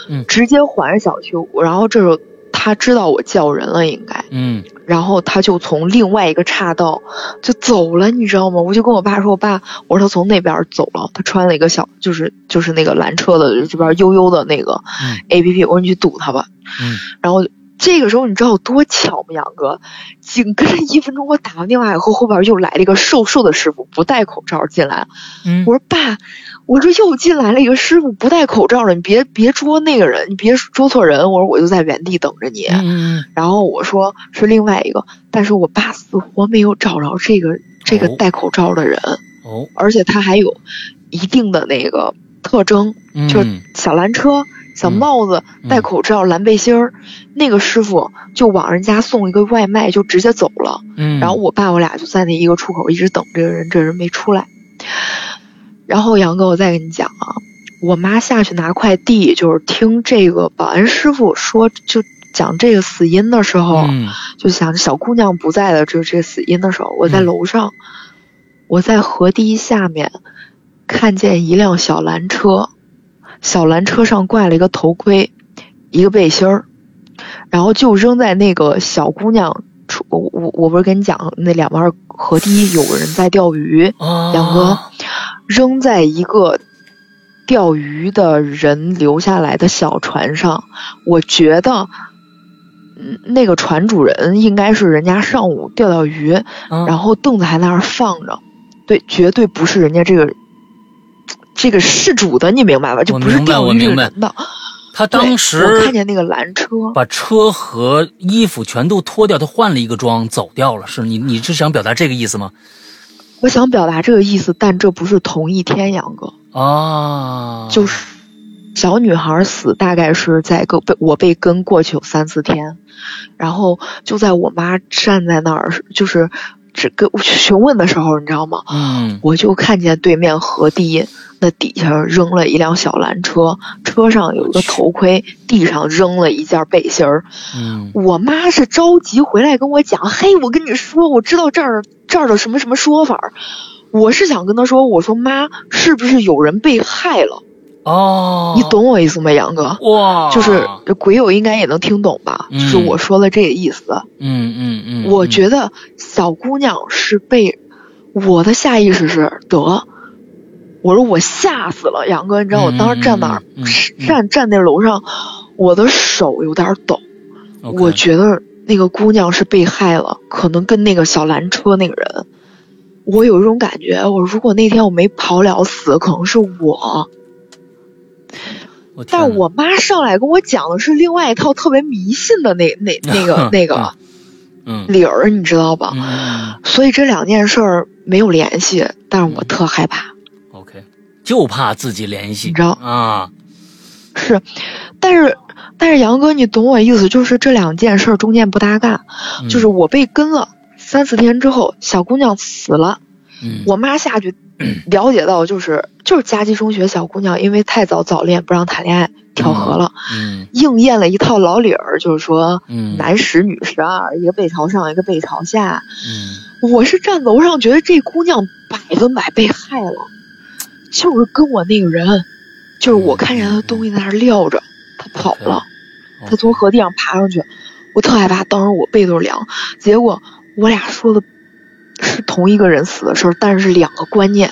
Speaker 2: 嗯
Speaker 3: 直接环着小区。然后这时候他知道我叫人了，应该，
Speaker 2: 嗯
Speaker 3: 然后他就从另外一个岔道就走了，你知道吗？我就跟我爸说，我爸，我说他从那边走了，他穿了一个小，就是就是那个蓝车的这边悠悠的那个
Speaker 2: 嗯
Speaker 3: A P P，我说你去堵他吧。
Speaker 2: 嗯
Speaker 3: 然后这个时候你知道有多巧吗，杨哥？紧跟着一分钟，我打完电话以后，后边又来了一个瘦瘦的师傅，不戴口罩进来了。
Speaker 2: 嗯，
Speaker 3: 我说爸，我说又进来了一个师傅不戴口罩的，你别别捉那个人，你别捉错人。我说我就在原地等着你。
Speaker 2: 嗯嗯
Speaker 3: 然后我说是另外一个，但是我爸死活没有找着这个这个
Speaker 2: 哦
Speaker 3: 戴口罩的人，
Speaker 2: 哦，
Speaker 3: 而且他还有一定的那个特征，
Speaker 2: 嗯
Speaker 3: 就小蓝车、小帽子、
Speaker 2: 嗯
Speaker 3: 戴口罩、蓝背心儿。那个师傅就往人家送一个外卖，就直接走了。
Speaker 2: 嗯，
Speaker 3: 然后我爸我俩就在那一个出口一直等这个人，这人没出来。然后杨哥，我再跟你讲啊，我妈下去拿快递，就是听这个保安师傅说，就讲这个死因的时候，
Speaker 2: 嗯
Speaker 3: 就想小姑娘不在的这这死因的时候，我在
Speaker 2: 嗯
Speaker 3: 楼上，我在河堤下面看见一辆小蓝车，小蓝车上挂了一个头盔，一个背心儿，然后就扔在那个小姑娘出我我我不是跟你讲那两边河堤有人在钓鱼，
Speaker 2: 啊，
Speaker 3: 杨哥扔在一个钓鱼的人留下来的小船上，我觉得，嗯，那个船主人应该是人家上午钓钓鱼，
Speaker 2: 啊，
Speaker 3: 然后凳子还在那儿放着，对，绝对不是人家这个这个事主的，你明白吧？就
Speaker 2: 我
Speaker 3: 不是
Speaker 2: 明白
Speaker 3: 钓
Speaker 2: 我
Speaker 3: 鱼这
Speaker 2: 明
Speaker 3: 个
Speaker 2: 白
Speaker 3: 人的。
Speaker 2: 他
Speaker 3: 对
Speaker 2: 当
Speaker 3: 我
Speaker 2: 时
Speaker 3: 看见那个蓝车，
Speaker 2: 把车和衣服全都脱掉，他换了一个装走掉了，是你你是想表达这个意思吗？
Speaker 3: 我想表达这个意思，但这不是同一天，杨哥，
Speaker 2: 啊，
Speaker 3: 就是。小女孩死大概是在个被我被跟过去有三四天，然后就在我妈站在那儿，就是只跟我询问的时候，你知道吗？
Speaker 2: 嗯
Speaker 3: 我就看见对面河堤那底下扔了一辆小蓝车，车上有一个头盔，地上扔了一件背心儿。
Speaker 2: 嗯
Speaker 3: 我妈是着急回来跟我讲：“嘿，我跟你说，我知道这儿这儿的什么什么说法儿。”我是想跟她说：“我说妈，是不是有人被害了？
Speaker 2: 哦，
Speaker 3: 你懂我意思吗，杨哥？
Speaker 2: 哇，
Speaker 3: 就是鬼友应该也能听懂
Speaker 2: 哦
Speaker 3: 吧？
Speaker 2: 嗯
Speaker 3: 就是我说的这个意思。
Speaker 2: 嗯嗯嗯，
Speaker 3: 我
Speaker 2: 嗯
Speaker 3: 觉得小姑娘是被我的下意识是得，我说我吓死了，杨哥，你知道我当时站那儿，
Speaker 2: 嗯嗯嗯嗯
Speaker 3: 是
Speaker 2: 嗯
Speaker 3: 站站那楼上，我的手有点抖，
Speaker 2: OK
Speaker 3: 我觉得那个姑娘是被害了，可能跟那个小蓝车那个人。我有一种感觉，我如果那天我没跑了死，可能是我。
Speaker 2: 我天
Speaker 3: 但
Speaker 2: 哪
Speaker 3: 我妈上来跟我讲的是另外一套特别迷信的那那 那个那个
Speaker 2: 嗯
Speaker 3: 理儿，你知道吧？
Speaker 2: 嗯嗯
Speaker 3: 所以这两件事儿没有联系，但是我特害怕。
Speaker 2: 嗯 OK，就怕自己联系，
Speaker 3: 你知道
Speaker 2: 啊，
Speaker 3: 是，但是但是杨哥，你懂我意思，就是这两件事儿中间不搭嘎，
Speaker 2: 嗯
Speaker 3: 就是我被跟了三四天之后，小姑娘死了，
Speaker 2: 嗯
Speaker 3: 我妈下去了解到就是就是佳基中学小姑娘因为太早早恋不让谈恋爱跳河了，
Speaker 2: 嗯
Speaker 3: 应验了一套老理儿，就是说。
Speaker 2: 嗯
Speaker 3: 男十女十二，一个背朝上，一个背朝下。
Speaker 2: 嗯
Speaker 3: 我是站楼上，觉得这姑娘百分百被害了，就是跟我那个人，就是我看见她的东西在那儿撂着，她跑了，
Speaker 2: 嗯
Speaker 3: 她从河地上爬上去，我特害怕，当时我背都凉。结果我俩说的是同一个人死的事儿，但是两个观念。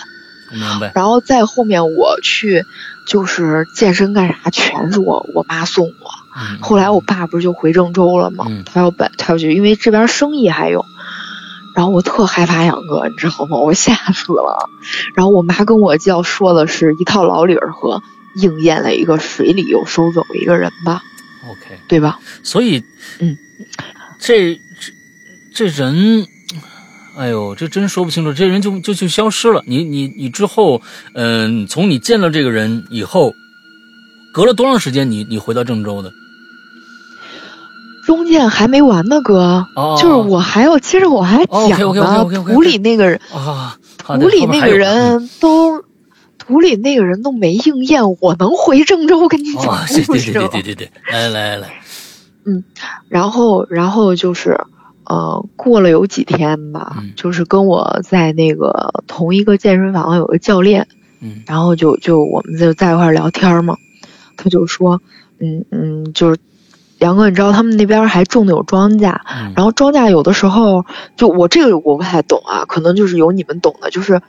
Speaker 2: 我明白，
Speaker 3: 然后在后面我去就是健身干啥，全是我我妈送我。
Speaker 2: 嗯
Speaker 3: 后来我爸不是就回郑州了吗？
Speaker 2: 嗯
Speaker 3: 他要搬，他要去，因为这边生意还有。然后我特害怕杨哥，你知道吗？我吓死了。然后我妈跟我叫说的是一套老理儿和应验了一个水里又收走一个人吧，
Speaker 2: OK，
Speaker 3: 对吧？
Speaker 2: 所以
Speaker 3: 嗯，
Speaker 2: 这这这人。哎呦，这真说不清楚，这人就就就消失了。你你你之后，嗯、从你见到这个人以后，隔了多长时间你？你回到郑州的？
Speaker 3: 中间还没完呢，哥，
Speaker 2: 哦，
Speaker 3: 就是我还要接着我还
Speaker 2: 哦
Speaker 3: 讲呢。
Speaker 2: ，OK，OK，OK，OK，OK，OK
Speaker 3: 土里那个人，
Speaker 2: 啊，好的
Speaker 3: 土里
Speaker 2: 后面
Speaker 3: 那
Speaker 2: 还
Speaker 3: 个
Speaker 2: 有
Speaker 3: 人都，土里那个人都没应验，我能回郑州跟你
Speaker 2: 哦
Speaker 3: 讲，
Speaker 2: 对
Speaker 3: 故
Speaker 2: 对
Speaker 3: 事
Speaker 2: 对
Speaker 3: 吗
Speaker 2: 对对对对，来来来来，
Speaker 3: 然后，然后就是呃，过了有几天吧，
Speaker 2: 嗯
Speaker 3: 就是跟我在那个同一个健身房有个教练，
Speaker 2: 嗯
Speaker 3: 然后就就我们就在一块儿聊天嘛，他就说，嗯嗯，就是杨哥，你知道他们那边还种的有庄稼，
Speaker 2: 嗯
Speaker 3: 然后庄稼有的时候就我这个我不太懂啊，可能就是有你们懂的，就是，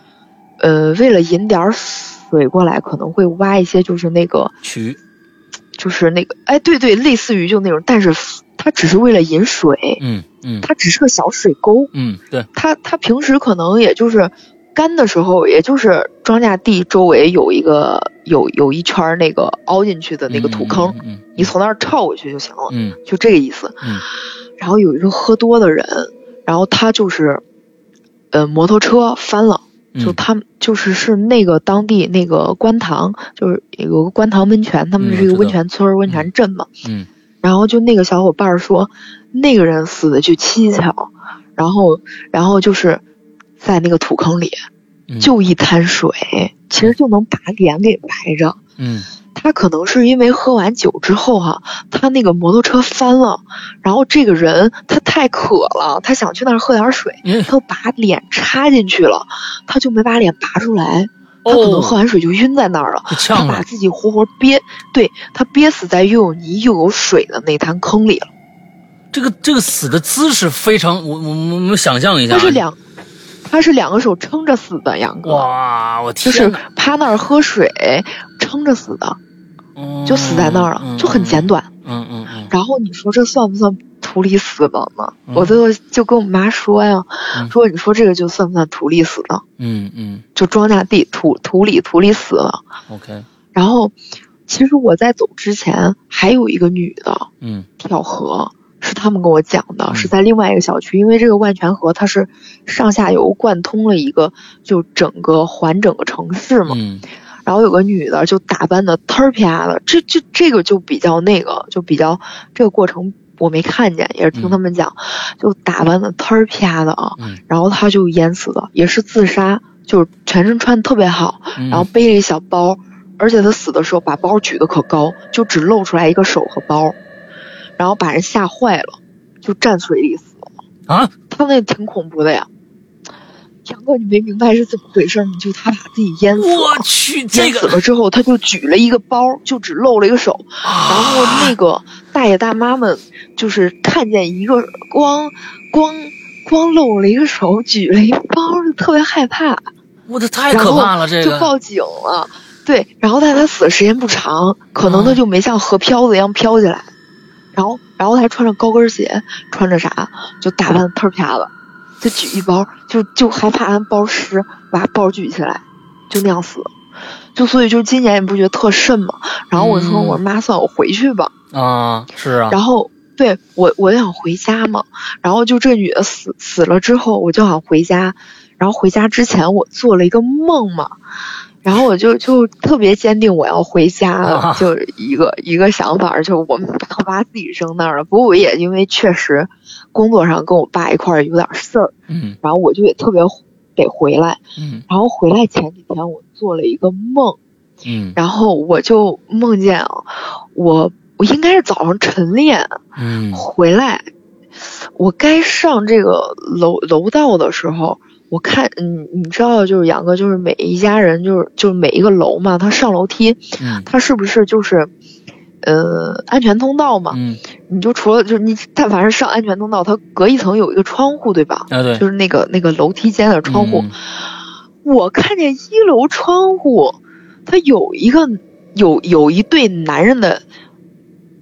Speaker 3: 呃，为了引点儿水过来，可能会挖一些就是那个
Speaker 2: 渠
Speaker 3: 就是那个，哎，对对，类似于就那种，但是它只是为了引水，
Speaker 2: 嗯嗯
Speaker 3: 它只是个小水沟，
Speaker 2: 嗯，对，
Speaker 3: 它它平时可能也就是干的时候，也就是庄稼地周围有一个有有一圈儿那个凹进去的那个土坑，
Speaker 2: 嗯，嗯
Speaker 3: 你从那儿跳过去就行了，
Speaker 2: 嗯
Speaker 3: 就这个意思。
Speaker 2: 嗯
Speaker 3: 然后有一个喝多的人，然后他就是，呃，摩托车翻了。
Speaker 2: 嗯，
Speaker 3: 就他们就是是那个当地那个观塘，就是有个观塘温泉，他
Speaker 2: 嗯
Speaker 3: 们是一
Speaker 2: 我
Speaker 3: 个
Speaker 2: 知
Speaker 3: 温
Speaker 2: 道
Speaker 3: 泉村儿、温泉镇嘛。
Speaker 2: 嗯
Speaker 3: 然后就那个小伙伴儿说，那个人死的就蹊跷，然后然后就是在那个土坑里
Speaker 2: 嗯
Speaker 3: 就一滩水，其实就能把脸给白着。
Speaker 2: 嗯
Speaker 3: 他可能是因为喝完酒之后哈、他那个摩托车翻了，然后这个人他太渴了，他想去那儿喝点水，
Speaker 2: 嗯
Speaker 3: 他就把脸插进去了，他就没把脸拔出来，他可能
Speaker 2: 哦，
Speaker 3: 喝完水就晕在那儿了，
Speaker 2: 就
Speaker 3: 他
Speaker 2: 呛
Speaker 3: 把
Speaker 2: 了，
Speaker 3: 自己活活憋，对他憋死在又有泥又有水的那滩坑里了。
Speaker 2: 这个这个死的姿势非常，我我我们想象一下
Speaker 3: 他
Speaker 2: 啊，
Speaker 3: 是两，他是两个手撑着死的，杨哥，
Speaker 2: 哇，我
Speaker 3: 就
Speaker 2: 天
Speaker 3: 是
Speaker 2: 哪，
Speaker 3: 趴那儿喝水撑着死的，
Speaker 2: 嗯
Speaker 3: 就死在那儿了，就很简，短。
Speaker 2: 嗯嗯嗯
Speaker 3: 然后你说这算不算图里死的呢？
Speaker 2: 嗯
Speaker 3: 我最后就跟我妈说呀，
Speaker 2: 嗯
Speaker 3: 说你说这个就算不算图里死呢？
Speaker 2: 嗯嗯
Speaker 3: 就庄稼地土土里土里死了。
Speaker 2: 嗯，OK，
Speaker 3: 然后，其实我在走之前还有一个女的
Speaker 2: 嗯
Speaker 3: 跳河，是他们跟我讲的，
Speaker 2: 嗯
Speaker 3: 是在另外一个小区，因为这个万泉河它是上下游贯通了一个，就整个环整个城市嘛。
Speaker 2: 嗯
Speaker 3: 然后有个女的就打扮的忒儿啪的，这这这个就比较那个，就比较这个过程我没看见，也是听他们讲，就打扮的忒儿啪的啊，
Speaker 2: 嗯
Speaker 3: 然后她就淹死的，也是自杀，就是全身穿的特别好，
Speaker 2: 嗯，
Speaker 3: 然后背着一小包，而且她死的时候把包举得可高，就只露出来一个手和包，然后把人吓坏了，就站水里死了，
Speaker 2: 啊，
Speaker 3: 她那挺恐怖的呀。杨哥，你没明白是怎么回事吗？就她把自己淹死了。
Speaker 2: 我去，这
Speaker 3: 淹死
Speaker 2: 个
Speaker 3: 了之后，他就举了一个包，就只露了一个手。然后
Speaker 2: 啊
Speaker 3: 那个大爷大妈们就是看见一个光光光露了一个手，举了一个包，就特别害怕，
Speaker 2: 我的太可怕了，这
Speaker 3: 就
Speaker 2: 个，
Speaker 3: 报警了。对，然后但他死的时间不长，可能
Speaker 2: 嗯
Speaker 3: 他就没像河漂子一样飘起来。然后，然后他还穿着高跟鞋，穿着啥，就打扮得特儿啪的，就举一包，就就害怕俺包湿，把包举起来，就那样死。就所以就今年你不觉得特瘆吗？然后我说
Speaker 2: 嗯
Speaker 3: 我说妈算了我回去吧，
Speaker 2: 啊，是啊，
Speaker 3: 然后对我我就想回家嘛，然后就这女的死死了之后我就想回家，然后回家之前我做了一个梦嘛，然后我就就特别坚定我要回家
Speaker 2: 啊
Speaker 3: 了，就一个一个想法，就我们把我爸自己扔那儿了。不过我也因为确实工作上跟我爸一块儿有点事儿，
Speaker 2: 嗯
Speaker 3: 然后我就也特别得回来，
Speaker 2: 嗯
Speaker 3: 然后回来前几天我做了一个梦。
Speaker 2: 嗯
Speaker 3: 然后我就梦见啊我我应该是早上晨练
Speaker 2: 嗯
Speaker 3: 回来，我该上这个楼楼道的时候，我看嗯，你知道就是杨哥，就是每一家人就是就是每一个楼嘛，他上楼梯，
Speaker 2: 嗯
Speaker 3: 他是不是就是呃安全通道嘛？
Speaker 2: 嗯，
Speaker 3: 你就除了就是你但凡是上安全通道，它隔一层有一个窗户对吧？
Speaker 2: 啊对，
Speaker 3: 就是那个那个楼梯间的窗户，
Speaker 2: 嗯
Speaker 3: 我看见一楼窗户，它有一个有有一对男人的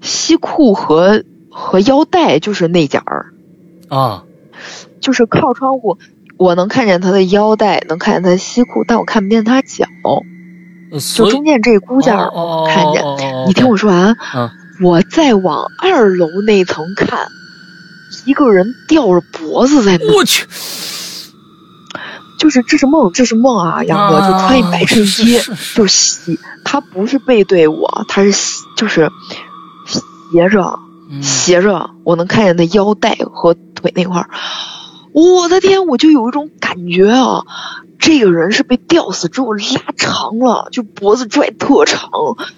Speaker 3: 西裤和和腰带，就是那截儿，
Speaker 2: 啊，
Speaker 3: 就是靠窗户，我能看见他的腰带，能看见他的西裤，但我看不见他脚，
Speaker 2: 呃
Speaker 3: 就
Speaker 2: 所以
Speaker 3: 中间这股角儿。
Speaker 2: 哦
Speaker 3: 看见你听，
Speaker 2: 哦哦哦哦
Speaker 3: 我说完，啊
Speaker 2: 嗯
Speaker 3: 我再往二楼那层看，一个人吊着脖子在那
Speaker 2: 哦我去，
Speaker 3: 就是这是梦，这是梦啊，杨哥，
Speaker 2: 啊
Speaker 3: 就穿一白衬
Speaker 2: 是
Speaker 3: 衣，
Speaker 2: 是是
Speaker 3: 就斜，他不是背对我，他是斜就是斜着
Speaker 2: 嗯
Speaker 3: 斜着，我能看见他腰带和腿那块儿。我的天，我就有一种感觉啊，这个人是被吊死之后拉长了，就脖子拽特长，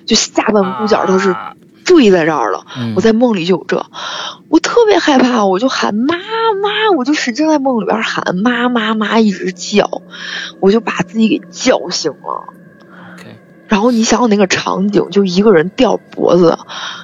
Speaker 3: 就下半部角都是
Speaker 2: 啊
Speaker 3: 注意在这儿了。
Speaker 2: 嗯
Speaker 3: 我在梦里就有这，我特别害怕，我就喊妈妈，我就使劲在梦里边喊妈妈妈，一直叫，我就把自己给叫醒了。
Speaker 2: OK，
Speaker 3: 然后你想想那个场景，就一个人吊脖子，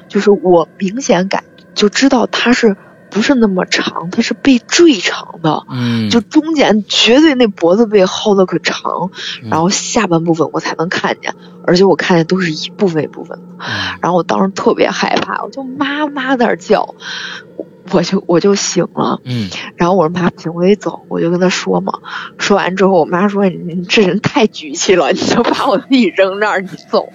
Speaker 3: 就是我明显感就知道他是不是那么长，他是被坠长的，
Speaker 2: 嗯，
Speaker 3: 就中间绝对那脖子被薅的可长，
Speaker 2: 嗯
Speaker 3: 然后下半部分我才能看见，而且我看见都是一部分一部分的。
Speaker 2: 嗯
Speaker 3: 然后我当时特别害怕，我就妈妈在那儿叫，我我就我就醒了。
Speaker 2: 嗯
Speaker 3: 然后我说妈不行，我得走，我就跟她说嘛。说完之后，我妈说你你这人太局气了，你就把我自己扔那儿，你走。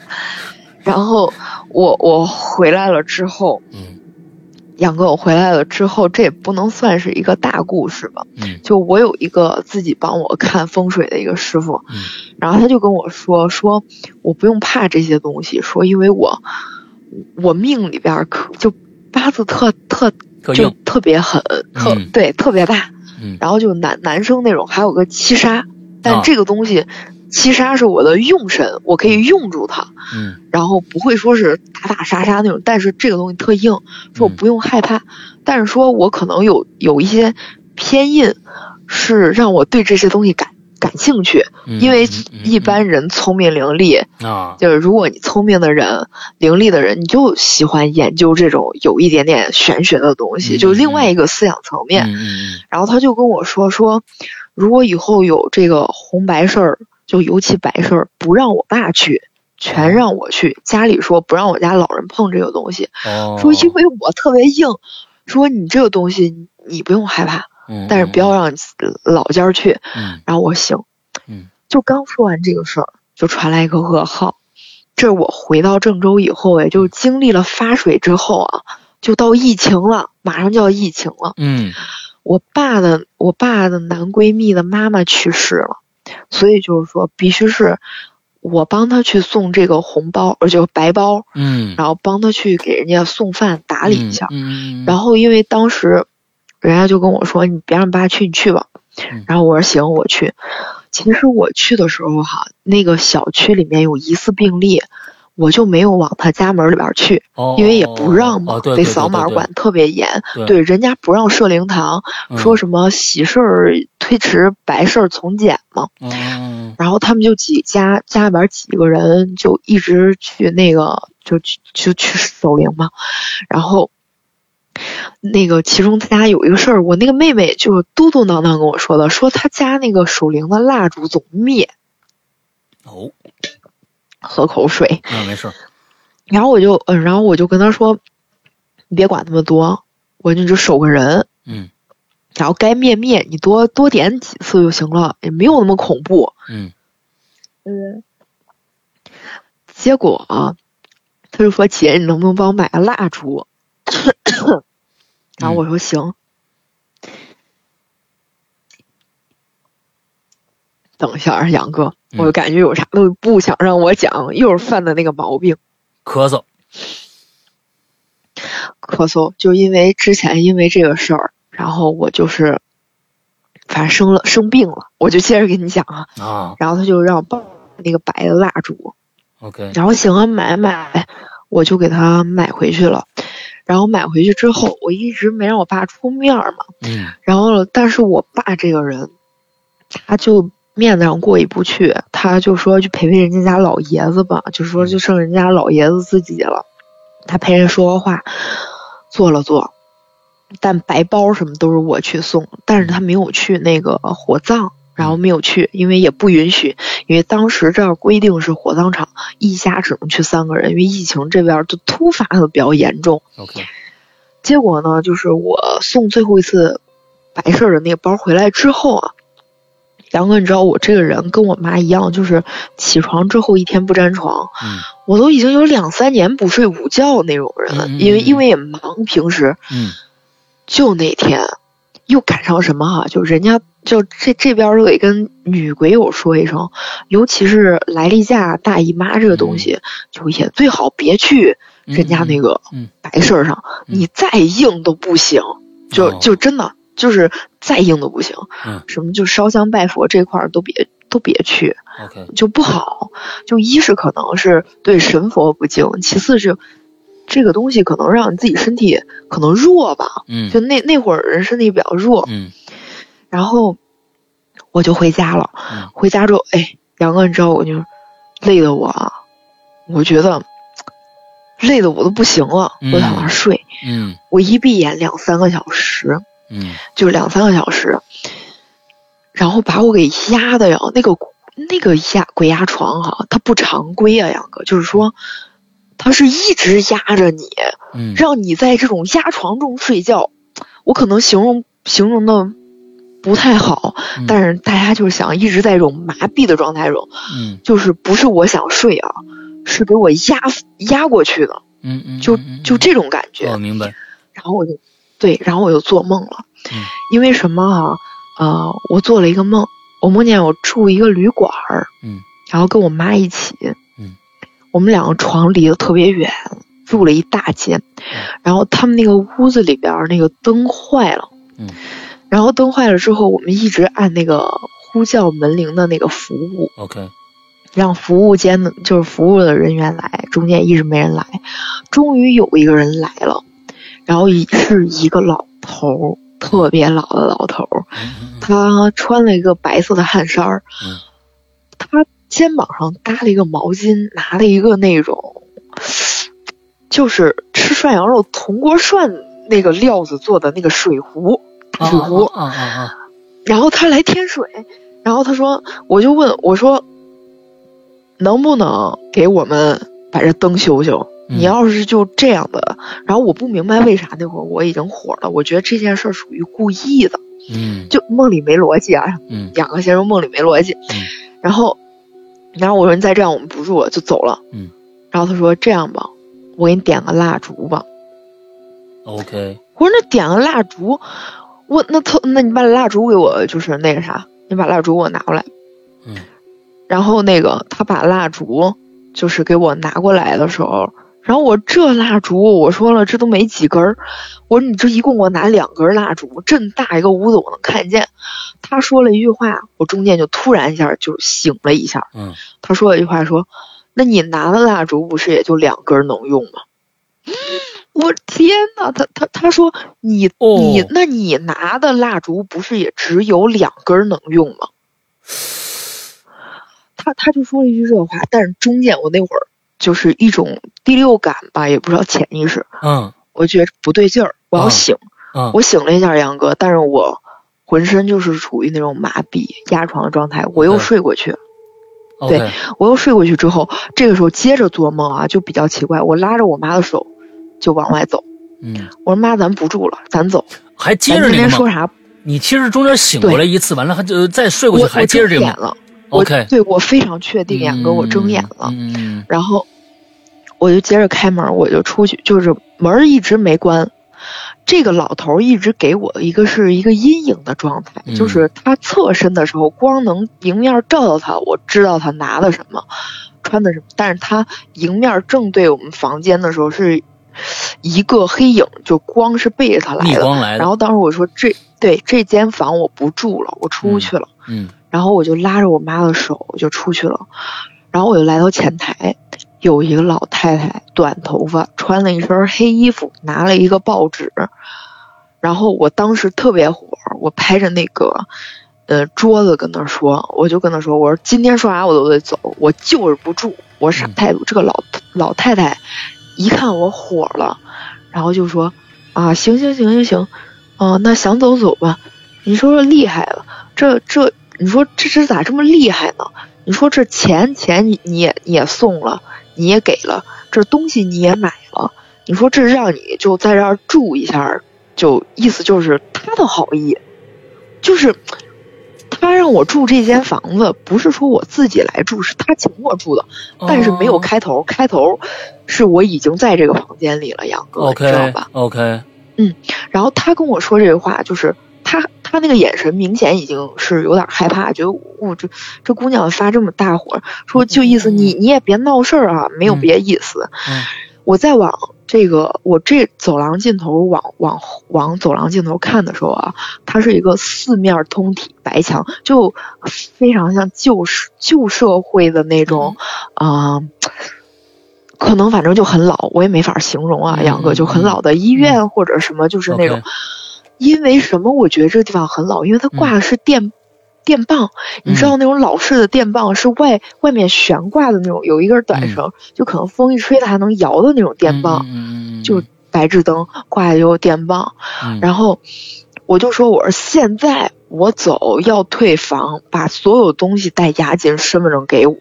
Speaker 3: 然后我我回来了之后，
Speaker 2: 嗯
Speaker 3: 杨哥，我回来了之后，这也不能算是一个大故事吧。
Speaker 2: 嗯
Speaker 3: 就我有一个自己帮我看风水的一个师傅，
Speaker 2: 嗯
Speaker 3: 然后他就跟我说说我不用怕这些东西，说因为我我命里边儿可就八字特特
Speaker 2: 特
Speaker 3: 就
Speaker 2: 硬，
Speaker 3: 特别狠，特、
Speaker 2: 嗯
Speaker 3: 对特别大，
Speaker 2: 嗯
Speaker 3: 然后就男男生那种，还有个七杀，但
Speaker 2: 啊
Speaker 3: 这个东西、七杀是我的用神，我可以用住它，
Speaker 2: 嗯
Speaker 3: 然后不会说是打打杀杀那种，但是这个东西特硬，说我
Speaker 2: 嗯
Speaker 3: 不用害怕，但是说我可能有有一些偏印，是让我对这些东西感感兴趣，
Speaker 2: 嗯，
Speaker 3: 因为
Speaker 2: 嗯嗯
Speaker 3: 一般人聪明伶俐，
Speaker 2: 嗯啊，
Speaker 3: 就是如果你聪明的人、伶俐的人，你就喜欢研究这种有一点点玄学的东
Speaker 2: 嗯
Speaker 3: 西，就是另外一个思想层面。
Speaker 2: 嗯嗯
Speaker 3: 然后他就跟我说说，如果以后有这个红白事儿，就尤其白事儿，不让我爸去，全让我去。家里说不让我家老人碰这个东西，
Speaker 2: 嗯哦，
Speaker 3: 说因为我特别硬，说你这个东西你不用害怕，
Speaker 2: 嗯，
Speaker 3: 但是不要让你老家儿去。
Speaker 2: 嗯
Speaker 3: 然后我行，
Speaker 2: 嗯，
Speaker 3: 就刚说完这个事儿，就传来一个噩耗。这是我回到郑州以后，也就经历了发水之后啊，就到疫情了，马上就要疫情了。
Speaker 2: 嗯
Speaker 3: 我爸的我爸的男闺蜜的妈妈去世了，所以就是说必须是我帮他去送这个红包，而且白包，
Speaker 2: 嗯，
Speaker 3: 然后帮他去给人家送饭打
Speaker 2: 打
Speaker 3: 理一下。
Speaker 2: 嗯，嗯
Speaker 3: 然后因为当时人家就跟我说：“你别让爸去，你去吧。
Speaker 2: 嗯”
Speaker 3: 然后我说：“行，我去。”其实我去的时候哈，那个小区里面有疑似病例，我就没有往他家门里边去，
Speaker 2: 哦
Speaker 3: 因为也不让嘛，
Speaker 2: 哦对
Speaker 3: 得
Speaker 2: 对
Speaker 3: 扫
Speaker 2: 对
Speaker 3: 码
Speaker 2: 对
Speaker 3: 管特别严。
Speaker 2: 对
Speaker 3: 对，人家不让设灵堂，
Speaker 2: 嗯
Speaker 3: 说什么喜事儿推迟、白事儿从简嘛。
Speaker 2: 嗯
Speaker 3: 然后他们就几家家里边几个人就一直去那个就去就去守灵嘛，然后。那个，其中他家有一个事儿，我那个妹妹就是嘟嘟囔囔跟我说的，说她家那个守灵的蜡烛总灭，
Speaker 2: 哦，
Speaker 3: 喝口水。
Speaker 2: 那没事儿，
Speaker 3: 然后我就，嗯，然后我就跟她说，你别管那么多，我就只守个人。
Speaker 2: 嗯
Speaker 3: 然后该灭灭，你多多点几次就行了，也没有那么恐怖。
Speaker 2: 嗯
Speaker 3: 嗯。结果啊，他就说：“姐，你能不能帮我买个蜡烛？”然后我说：“行。等一下啊，杨哥，
Speaker 2: 嗯
Speaker 3: 我感觉有啥都不想让我讲，又是犯的那个毛病，
Speaker 2: 咳嗽，
Speaker 3: 咳嗽。就因为之前因为这个事儿，然后我就是，反正生了生病了，我就接着跟你讲啊。
Speaker 2: 啊
Speaker 3: 然后他就让我抱那个白的蜡烛，
Speaker 2: ，OK，
Speaker 3: 然后行啊，买买，我就给他买回去了。然后买回去之后，我一直没让我爸出面儿嘛。
Speaker 2: 嗯
Speaker 3: 然后，但是我爸这个人，他就面子上过意不去，他就说去陪陪人家家老爷子吧，就说就剩人家老爷子自己了。他陪人说说话，做了做，但白包什么都是我去送，但是他没有去那个火葬，然后没有去，因为也不允许，因为当时这儿规定是火葬场一家只能去三个人，因为疫情这边儿就突发的比较严重。
Speaker 2: ，OK，
Speaker 3: 结果呢，就是我送最后一次白事儿的那个包回来之后啊，杨哥，你知道我这个人跟我妈一样，就是起床之后一天不沾床，
Speaker 2: 嗯
Speaker 3: 我都已经有两三年不睡午觉那种人了，
Speaker 2: 嗯嗯
Speaker 3: 因为
Speaker 2: 嗯
Speaker 3: 因为也忙，平时
Speaker 2: 嗯
Speaker 3: 就那天又赶上什么哈、啊就人家就这这边儿都得跟女鬼友说一声，尤其是来例假大姨妈这个东西，就也最好别去，
Speaker 2: 嗯，
Speaker 3: 人家那个
Speaker 2: 嗯
Speaker 3: 白事儿上，
Speaker 2: 嗯
Speaker 3: 你再硬都不行，就
Speaker 2: 哦
Speaker 3: 就真的就是再硬都不行。
Speaker 2: 嗯
Speaker 3: 什么就烧香拜佛这块儿都别都别去，
Speaker 2: OK，
Speaker 3: 就不好。就一是可能是对神佛不敬，其次是这个东西可能让你自己身体可能弱吧，
Speaker 2: 嗯
Speaker 3: 就那那会儿人身体比较弱，
Speaker 2: 嗯
Speaker 3: 然后我就回家了。
Speaker 2: 嗯
Speaker 3: 回家之后，哎，杨哥，你知道我就累的我啊，我觉得累的我都不行了，
Speaker 2: 嗯
Speaker 3: 我想那儿睡。
Speaker 2: 嗯
Speaker 3: 我一闭眼两三个小时，
Speaker 2: 嗯
Speaker 3: 就是两三个小时，然后把我给压的呀，那个那个压鬼压床哈、它不常规啊，杨哥，就是说。它是一直压着你，
Speaker 2: 嗯，
Speaker 3: 让你在这种压床中睡觉，我可能形容形容的不太好，
Speaker 2: 嗯
Speaker 3: 但是大家就是想一直在这种麻痹的状态中，
Speaker 2: 嗯
Speaker 3: 就是不是我想睡啊，是给我压压过去的，
Speaker 2: 嗯嗯，
Speaker 3: 就
Speaker 2: 嗯
Speaker 3: 就，这种感
Speaker 2: 嗯
Speaker 3: 觉。
Speaker 2: 哦，明白，
Speaker 3: 然后我就对，然后我就做梦了，
Speaker 2: 嗯
Speaker 3: 因为什么啊？呃，我做了一个梦，我梦见我住一个旅馆儿，
Speaker 2: 嗯，
Speaker 3: 然后跟我妈一起，
Speaker 2: 嗯，
Speaker 3: 我们两个床离得特别远，住了一大间，
Speaker 2: 嗯
Speaker 3: 然后他们那个屋子里边儿那个灯坏了，
Speaker 2: 嗯，
Speaker 3: 然后灯坏了之后，我们一直按那个呼叫门铃的那个服务，
Speaker 2: ，OK，
Speaker 3: 让服务间的，就是服务的人员来，中间一直没人来，终于有一个人来了，然后一是一个老头儿，特别老的老头儿，
Speaker 2: 嗯嗯
Speaker 3: 他穿了一个白色的汗衫儿，
Speaker 2: 嗯
Speaker 3: 他肩膀上搭了一个毛巾，拿了一个那种，就是吃涮羊肉铜锅涮那个料子做的那个水壶，大水壶，
Speaker 2: 啊啊啊，
Speaker 3: 然后他来添水，然后他说，我就问我说，能不能给我们把这灯修修？
Speaker 2: 嗯
Speaker 3: 你要是就这样的，然后我不明白为啥那会儿我已经火了，我觉得这件事儿属于故意的，
Speaker 2: 嗯
Speaker 3: 就梦里没逻辑啊，
Speaker 2: 嗯
Speaker 3: 两个先生梦里没逻辑。
Speaker 2: 嗯
Speaker 3: 然后，然后我说你再这样我们不住了，就走了。
Speaker 2: 嗯
Speaker 3: 然后他说这样吧，我给你点个蜡烛吧。
Speaker 2: ，OK，
Speaker 3: 我说那点个蜡烛，我那他那你把蜡烛给我就是那个啥，你把蜡烛给我拿过来。
Speaker 2: 嗯
Speaker 3: 然后那个他把蜡烛就是给我拿过来的时候，然后我这蜡烛我说了这都没几根儿，我说你这一共给我拿两根蜡烛，这么大一个屋子我能看见。他说了一句话，我中间就突然一下就醒了一下。
Speaker 2: 嗯
Speaker 3: 他说了一句话说：“那你拿的蜡烛不是也就两根儿能用吗？” 我天呐，他他他说你、
Speaker 2: 哦
Speaker 3: 你那你拿的蜡烛不是也只有两根儿能用吗？他他就说了一句这话，但是中间我那会儿就是一种第六感吧，也不知道潜意识，
Speaker 2: 嗯
Speaker 3: 我觉得不对劲儿，我要
Speaker 2: 啊
Speaker 3: 醒。
Speaker 2: 嗯，
Speaker 3: 我醒了一下，杨哥，但是我浑身就是处于那种麻痹、压床的状态，我又
Speaker 2: 对
Speaker 3: 睡过去了。
Speaker 2: OK，
Speaker 3: 对我又睡过去之后，这个时候接着做梦啊，就比较奇怪。我拉着我妈的手就往外走，
Speaker 2: 嗯，
Speaker 3: 我说妈，咱不住了，咱走。
Speaker 2: 还接
Speaker 3: 咱
Speaker 2: 着
Speaker 3: 今
Speaker 2: 那个
Speaker 3: 天
Speaker 2: 梦
Speaker 3: 说，啥？
Speaker 2: 你其实中间醒过来一次，完了还就呃再睡
Speaker 3: 我
Speaker 2: 过去，
Speaker 3: 我
Speaker 2: 还接着
Speaker 3: 睁
Speaker 2: 这个
Speaker 3: 眼
Speaker 2: 梦
Speaker 3: 了。我
Speaker 2: ，OK，
Speaker 3: 对我非常确定，杨哥，我睁眼了。
Speaker 2: 嗯
Speaker 3: 然后我就接着开门，我就出去，就是门儿一直没关。这个老头儿一直给我一个是一个阴影的状态，
Speaker 2: 嗯
Speaker 3: 就是他侧身的时候，光能迎面照到他，我知道他拿的什么，穿的什么，但是他迎面正对我们房间的时候是一个黑影，就光是背着他来
Speaker 2: 嗯逆
Speaker 3: 的。
Speaker 2: 光来
Speaker 3: 然
Speaker 2: 的，
Speaker 3: 后当时我说这对这间房我不住了，我出去了。
Speaker 2: 嗯
Speaker 3: 然后我就拉着我妈的手我就出去了，然后我就来到前台，有一个老太太，短头发，穿了一身黑衣服，拿了一个报纸，然后我当时特别火，我拍着那个。呃，桌子跟她说，我就跟她说，我说今天说啥我都得走，我就是不住，我啥
Speaker 2: 嗯
Speaker 3: 态度？这个老老太太一看我火了，然后就说啊，行行行行行，哦、那想走走吧。你说这厉害了，这这，你说这这咋这么厉害呢？你说这钱钱你你也你也送了，你也给了，这东西你也买了，你说这让你就在这儿住一下，就意思就是他的好意，就是他让我住这间房子，不是说我自己来住，是他请我住的，
Speaker 2: 哦
Speaker 3: 但是没有开头，开头是我已经在这个房间里了，杨哥，你知道
Speaker 2: 哦，OK
Speaker 3: 吧？
Speaker 2: OK，
Speaker 3: 然后他跟我说这个话，就是他他那个眼神明显已经是有点害怕，觉得我这这姑娘发这么大火，说就意思你你也别闹事儿啊，没有
Speaker 2: 嗯
Speaker 3: 别意思。
Speaker 2: 嗯
Speaker 3: 我再往这个我这走廊尽头往往往走廊尽头看的时候啊，它是一个四面通体白墙，就
Speaker 2: 嗯
Speaker 3: 非常像旧时旧社会的那种啊、呃可能反正就很老，我也没法形容啊，
Speaker 2: 嗯
Speaker 3: 杨哥就很老的医院或者什么，就是那种
Speaker 2: OK，
Speaker 3: 因为什么？我觉得这地方很老，因为它
Speaker 2: 嗯
Speaker 3: 挂的是电、电棒，你知道那种老式的电棒是外外面悬挂的那种，有一根短绳，就可能风一吹它还能摇的那种电棒，
Speaker 2: 嗯嗯，嗯嗯嗯嗯
Speaker 3: 就白炽灯挂的有电棒。
Speaker 2: 嗯
Speaker 3: 然后我就说，我说现在我走要退房，把所有东西带押金、身份证给我。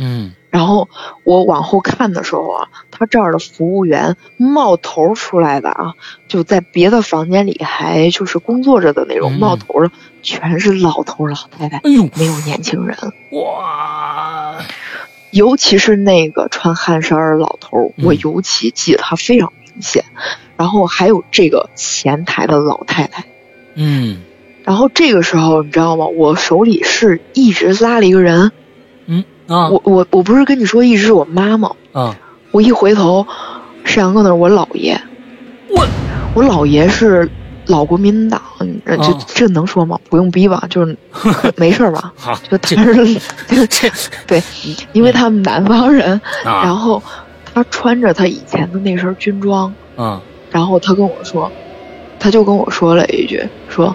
Speaker 2: 嗯
Speaker 3: 然后我往后看的时候啊，他这儿的服务员冒头出来的啊，就在别的房间里还就是工作着的那种
Speaker 2: 嗯
Speaker 3: 冒头的，全是老头老太太，
Speaker 2: 哎呦
Speaker 3: 没有年轻人，
Speaker 2: 哇，
Speaker 3: 尤其是那个穿汗衫儿的老头，
Speaker 2: 嗯
Speaker 3: 我尤其记得他非常明显。然后还有这个前台的老太太。
Speaker 2: 嗯
Speaker 3: 然后这个时候，你知道吗？我手里是一直拉了一个人，
Speaker 2: 嗯啊
Speaker 3: 我我我不是跟你说一直是我妈吗？
Speaker 2: 啊
Speaker 3: 我一回头，沈阳哥那是我姥爷。
Speaker 2: 我
Speaker 3: 我姥爷是老国民党，你这
Speaker 2: 哦
Speaker 3: 这能说吗？不用逼吧，就是 没事儿吧？
Speaker 2: 好
Speaker 3: 就
Speaker 2: 这
Speaker 3: 他是
Speaker 2: 这 嗯
Speaker 3: 对，因为他们南方人，然
Speaker 2: 啊
Speaker 3: 后他穿着他以前的那身军装，
Speaker 2: 啊
Speaker 3: 然后他跟我说，他就跟我说了一句，说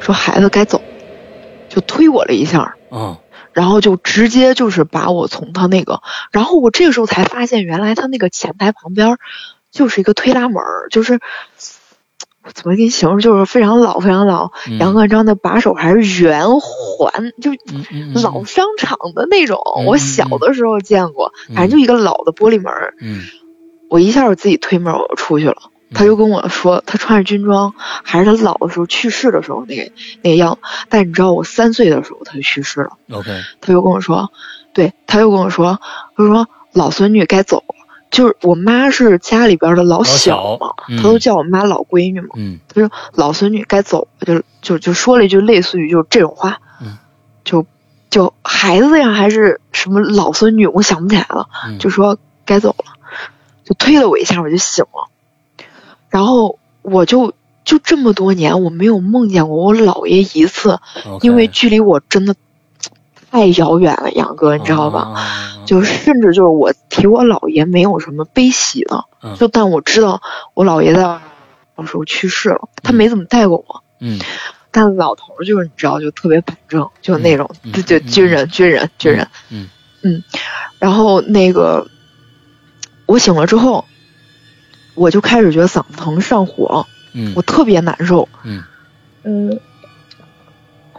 Speaker 3: 说孩子该走，就推我了一下，
Speaker 2: 啊
Speaker 3: 然后就直接就是把我从他那个，然后我这个时候才发现，原来他那个前台旁边儿就是一个推拉门儿，就是我怎么给你形容，就是非常老，非常老。
Speaker 2: 嗯
Speaker 3: 杨冠章的把手还是圆环，就
Speaker 2: 嗯嗯嗯
Speaker 3: 老商场的那种，
Speaker 2: 嗯
Speaker 3: 我小的时候见过，
Speaker 2: 嗯
Speaker 3: 反正就一个老的玻璃门儿。
Speaker 2: 嗯
Speaker 3: 我一下我自己推门我就出去了。他就跟我说，他穿着军装，还是他老的时候去世的时候那个那个样子。但你知道，我三岁的时候他就去世了。
Speaker 2: 嗯 OK
Speaker 3: 他又跟我说，对，他又跟我说，他说老孙女该走了。就是我妈是家里边的老小
Speaker 2: 老
Speaker 3: 嘛，
Speaker 2: 小嗯
Speaker 3: 她都叫我妈老闺女嘛。
Speaker 2: 嗯
Speaker 3: 她说老孙女该走了，就就就说了一句类似于就是这种话，
Speaker 2: 嗯
Speaker 3: 就就孩子呀还是什么老孙女，我想不起来了，
Speaker 2: 嗯
Speaker 3: 啊就说该走了，就推了我一下，我就醒了。然后我就就这么多年，我没有梦见过我姥爷一次，
Speaker 2: OK
Speaker 3: 因为距离我真的太遥远了，杨哥，你知道吧？
Speaker 2: 啊啊啊
Speaker 3: 就甚至就是我提我姥爷没有什么悲喜的，
Speaker 2: 嗯
Speaker 3: 就但我知道我姥爷在小时候去世了，他没怎么带过我。
Speaker 2: 嗯
Speaker 3: 但老头儿就是你知道，就特别板正，就那种
Speaker 2: 嗯嗯
Speaker 3: 就就
Speaker 2: 嗯
Speaker 3: 军人，军人，军人。
Speaker 2: 嗯
Speaker 3: 嗯，然后那个我醒了之后，我就开始觉得嗓子疼上火，
Speaker 2: 嗯
Speaker 3: 我特别难受。
Speaker 2: 嗯
Speaker 3: 嗯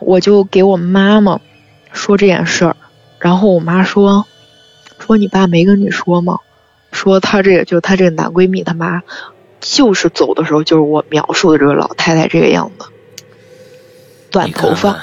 Speaker 3: 我就给我妈妈说这件事儿，然后我妈说，说你爸没跟你说吗？说她这个就她这个男闺蜜他妈，就是走的时候就是我描述的这个老太太这个样子，短
Speaker 2: 你看
Speaker 3: 头发，
Speaker 2: 看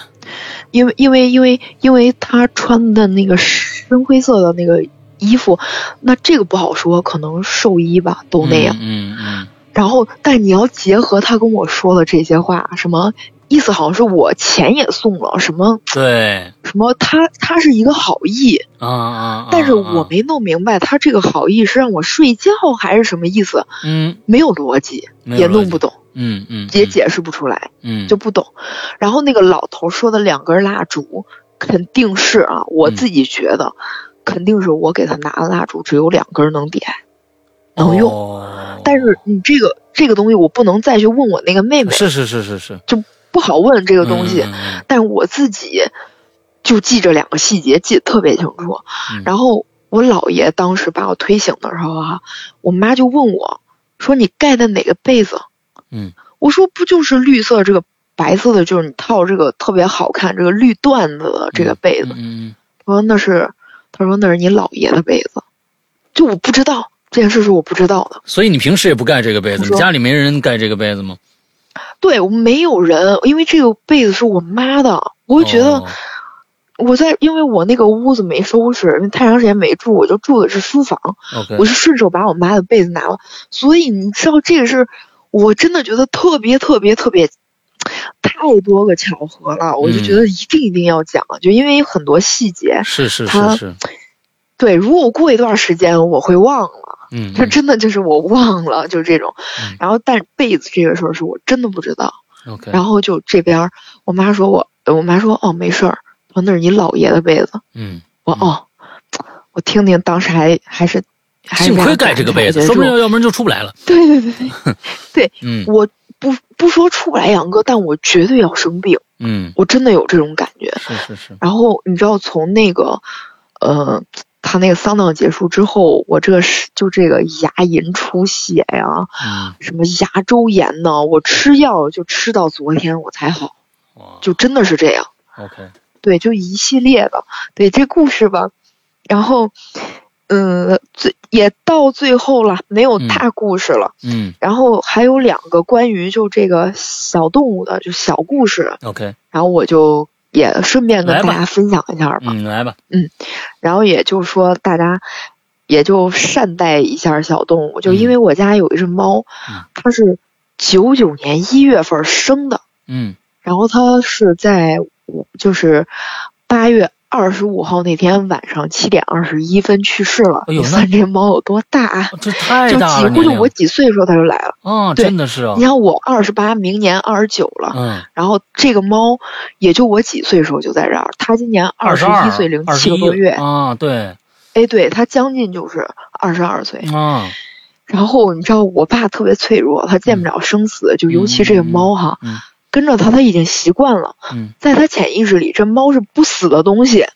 Speaker 3: 因为因为因为因为她穿的那个深灰色的那个衣服，那这个不好说，可能寿衣吧都那样。
Speaker 2: 嗯嗯
Speaker 3: 然后，但你要结合他跟我说的这些话，什么意思？好像是我钱也送了，什么
Speaker 2: 对
Speaker 3: 什么他，他是一个好意，
Speaker 2: 啊啊，啊
Speaker 3: 但是
Speaker 2: 啊
Speaker 3: 我没弄明白他这个好意是让我睡觉还是什么意思，
Speaker 2: 嗯
Speaker 3: 没有逻辑，
Speaker 2: 没有
Speaker 3: 也
Speaker 2: 逻
Speaker 3: 弄
Speaker 2: 辑
Speaker 3: 不懂，
Speaker 2: 嗯嗯
Speaker 3: 也解释不出来，
Speaker 2: 嗯
Speaker 3: 就不懂。然后那个老头说的两根蜡烛，肯定是啊，我
Speaker 2: 嗯
Speaker 3: 自己觉得，肯定是我给他拿的蜡烛，只有两根能点，能
Speaker 2: 哦
Speaker 3: 用。
Speaker 2: 用
Speaker 3: 但是你这个这个东西，我不能再去问我那个妹妹，
Speaker 2: 是是是是嗯是
Speaker 3: 不好问这
Speaker 2: 这
Speaker 3: 个东西。但是我自己就记这两个细节，记得特别清楚。
Speaker 2: 嗯
Speaker 3: 然后我姥爷当时把我推醒的时候啊，我妈就问我说：“你盖的哪个被子？”
Speaker 2: 嗯，
Speaker 3: 我说：“不就是绿色这个。”白色的就是你套这个特别好看，这个绿缎子的这个被子。
Speaker 2: 嗯
Speaker 3: 他说那是，他说那是你姥爷的被子，就我不知道这件事是我不知道的。
Speaker 2: 所以你平时也不盖这个被子，
Speaker 3: 你
Speaker 2: 你
Speaker 3: 说
Speaker 2: 家里没人盖这个被子吗？
Speaker 3: 对我没有人，因为这个被子是我妈的，我就觉得
Speaker 2: 哦
Speaker 3: 我在，因为我那个屋子没收拾，因为太长时间没住，我就住的是书房，
Speaker 2: OK，
Speaker 3: 我是顺手把我妈的被子拿了，所以你知道这个是，我真的觉得特别特别特别，太多个巧合了，我就觉
Speaker 2: 嗯
Speaker 3: 得一定一定要讲，就因为有很多细节，
Speaker 2: 是是是
Speaker 3: 他
Speaker 2: 是，
Speaker 3: 对，如果过一段时间我会忘了，
Speaker 2: 嗯，
Speaker 3: 这真的就是我忘了，就是这种
Speaker 2: 嗯，
Speaker 3: 然后但是被子这个事儿是我真的不知道。
Speaker 2: 嗯 OK，
Speaker 3: 然后就这边儿，我妈说我，我妈说哦没事儿，说那是你姥爷的被子。
Speaker 2: 嗯
Speaker 3: 我
Speaker 2: 嗯
Speaker 3: 哦，我听听，当时还还是还是
Speaker 2: 幸
Speaker 3: 要
Speaker 2: 亏盖这个被子，
Speaker 3: 感
Speaker 2: 说
Speaker 3: 觉
Speaker 2: 不定
Speaker 3: 住
Speaker 2: 要要不然就出不来了。
Speaker 3: 对对对对，
Speaker 2: 嗯
Speaker 3: 我不不说出不来杨哥，但我绝对要生病，
Speaker 2: 嗯，
Speaker 3: 我真的有这种感觉。
Speaker 2: 是是是，
Speaker 3: 然后你知道从那个，呃，他那个丧葬结束之后，我这个是就这个牙龈出血呀，
Speaker 2: 嗯，
Speaker 3: 什么牙周炎呢，我吃药就吃到昨天我才好，
Speaker 2: 哇
Speaker 3: 就真的是这样。
Speaker 2: ，OK，
Speaker 3: 对，就一系列的，对这故事吧。然后，嗯，最也到最后了，没有
Speaker 2: 嗯
Speaker 3: 大故事了。
Speaker 2: 嗯
Speaker 3: 然后还有两个关于就这个小动物的，就小故事。
Speaker 2: ，OK，
Speaker 3: 然后我就也顺便
Speaker 2: 来
Speaker 3: 跟
Speaker 2: 吧
Speaker 3: 大家分享一下吧。
Speaker 2: 嗯，来吧，
Speaker 3: 然后也就是说，大家也就善待一下小动物。就
Speaker 2: 嗯
Speaker 3: 因为我家有一只猫，
Speaker 2: 嗯
Speaker 3: 它是九九年一月份生的，
Speaker 2: 嗯
Speaker 3: 然后它是在五就是八月二十五号那天晚上七点二十一分去世了。
Speaker 2: 哎呦
Speaker 3: 你算这猫有多大啊？
Speaker 2: 哦这太
Speaker 3: 就
Speaker 2: 大了，
Speaker 3: 几乎就
Speaker 2: 年龄
Speaker 3: 我几岁的时候它就来了。
Speaker 2: 哦，
Speaker 3: 对
Speaker 2: 真的是啊
Speaker 3: 你，看我二十八，明年二十九了，
Speaker 2: 嗯，
Speaker 3: 然后这个猫也就我几岁的时候就在这儿，它今年
Speaker 2: 二
Speaker 3: 十
Speaker 2: 二
Speaker 3: 一岁零
Speaker 2: 二
Speaker 3: 七
Speaker 2: 十
Speaker 3: 个
Speaker 2: 一
Speaker 3: 多月，
Speaker 2: 啊，对
Speaker 3: 哎，对，它将近就是二十二岁。
Speaker 2: 啊，
Speaker 3: 然后你知道，我爸特别脆弱，他见不了生死，就尤其这个猫哈，
Speaker 2: 嗯嗯嗯嗯
Speaker 3: 跟着他他已经习惯了，
Speaker 2: 嗯
Speaker 3: 在他潜意识里，这猫是不死的东西，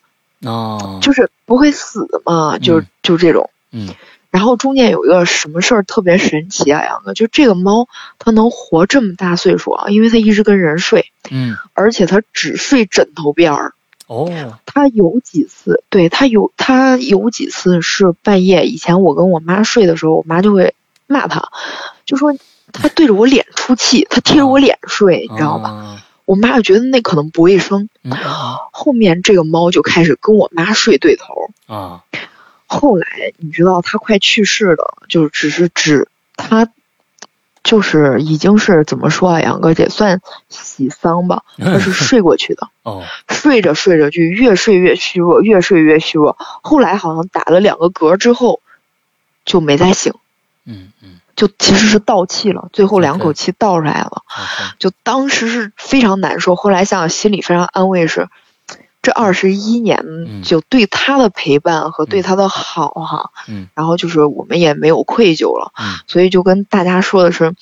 Speaker 2: 哦，
Speaker 3: 就是不会死的嘛，就就这种。
Speaker 2: 嗯
Speaker 3: 然后中间有一个什么事儿特别神奇啊，杨哥，就这个猫它能活这么大岁数啊，因为它一直跟人睡，
Speaker 2: 嗯
Speaker 3: 而且它只睡枕头边儿。
Speaker 2: 哦，
Speaker 3: 它有几次，对它有它有几次是半夜，以前我跟我妈睡的时候，我妈就会骂它，就说它对着我脸出气，它贴着
Speaker 2: 哦
Speaker 3: 我脸睡，你知道吧？
Speaker 2: 吧？
Speaker 3: 我妈就觉得那可能不卫生。
Speaker 2: 哦嗯啊
Speaker 3: 后面这个猫就开始跟我妈睡对头。
Speaker 2: 啊，
Speaker 3: 后来你知道它快去世了，就只是指它。就是已经是怎么说啊，杨哥也算喜丧吧，它是睡过去的。
Speaker 2: 哦，
Speaker 3: 睡着睡着就越睡越虚弱，越睡越虚弱。后来好像打了两个嗝之后，就没再醒，
Speaker 2: 嗯嗯
Speaker 3: 就其实是倒气了，最后两口气倒出来了。
Speaker 2: ，OK，
Speaker 3: 就当时是非常难受，后来想想心里非常安慰是，这二十一年就对他的陪伴和对他的好哈，
Speaker 2: 嗯
Speaker 3: 然后就是我们也没有愧疚了，
Speaker 2: 嗯
Speaker 3: 所以就跟大家说的是。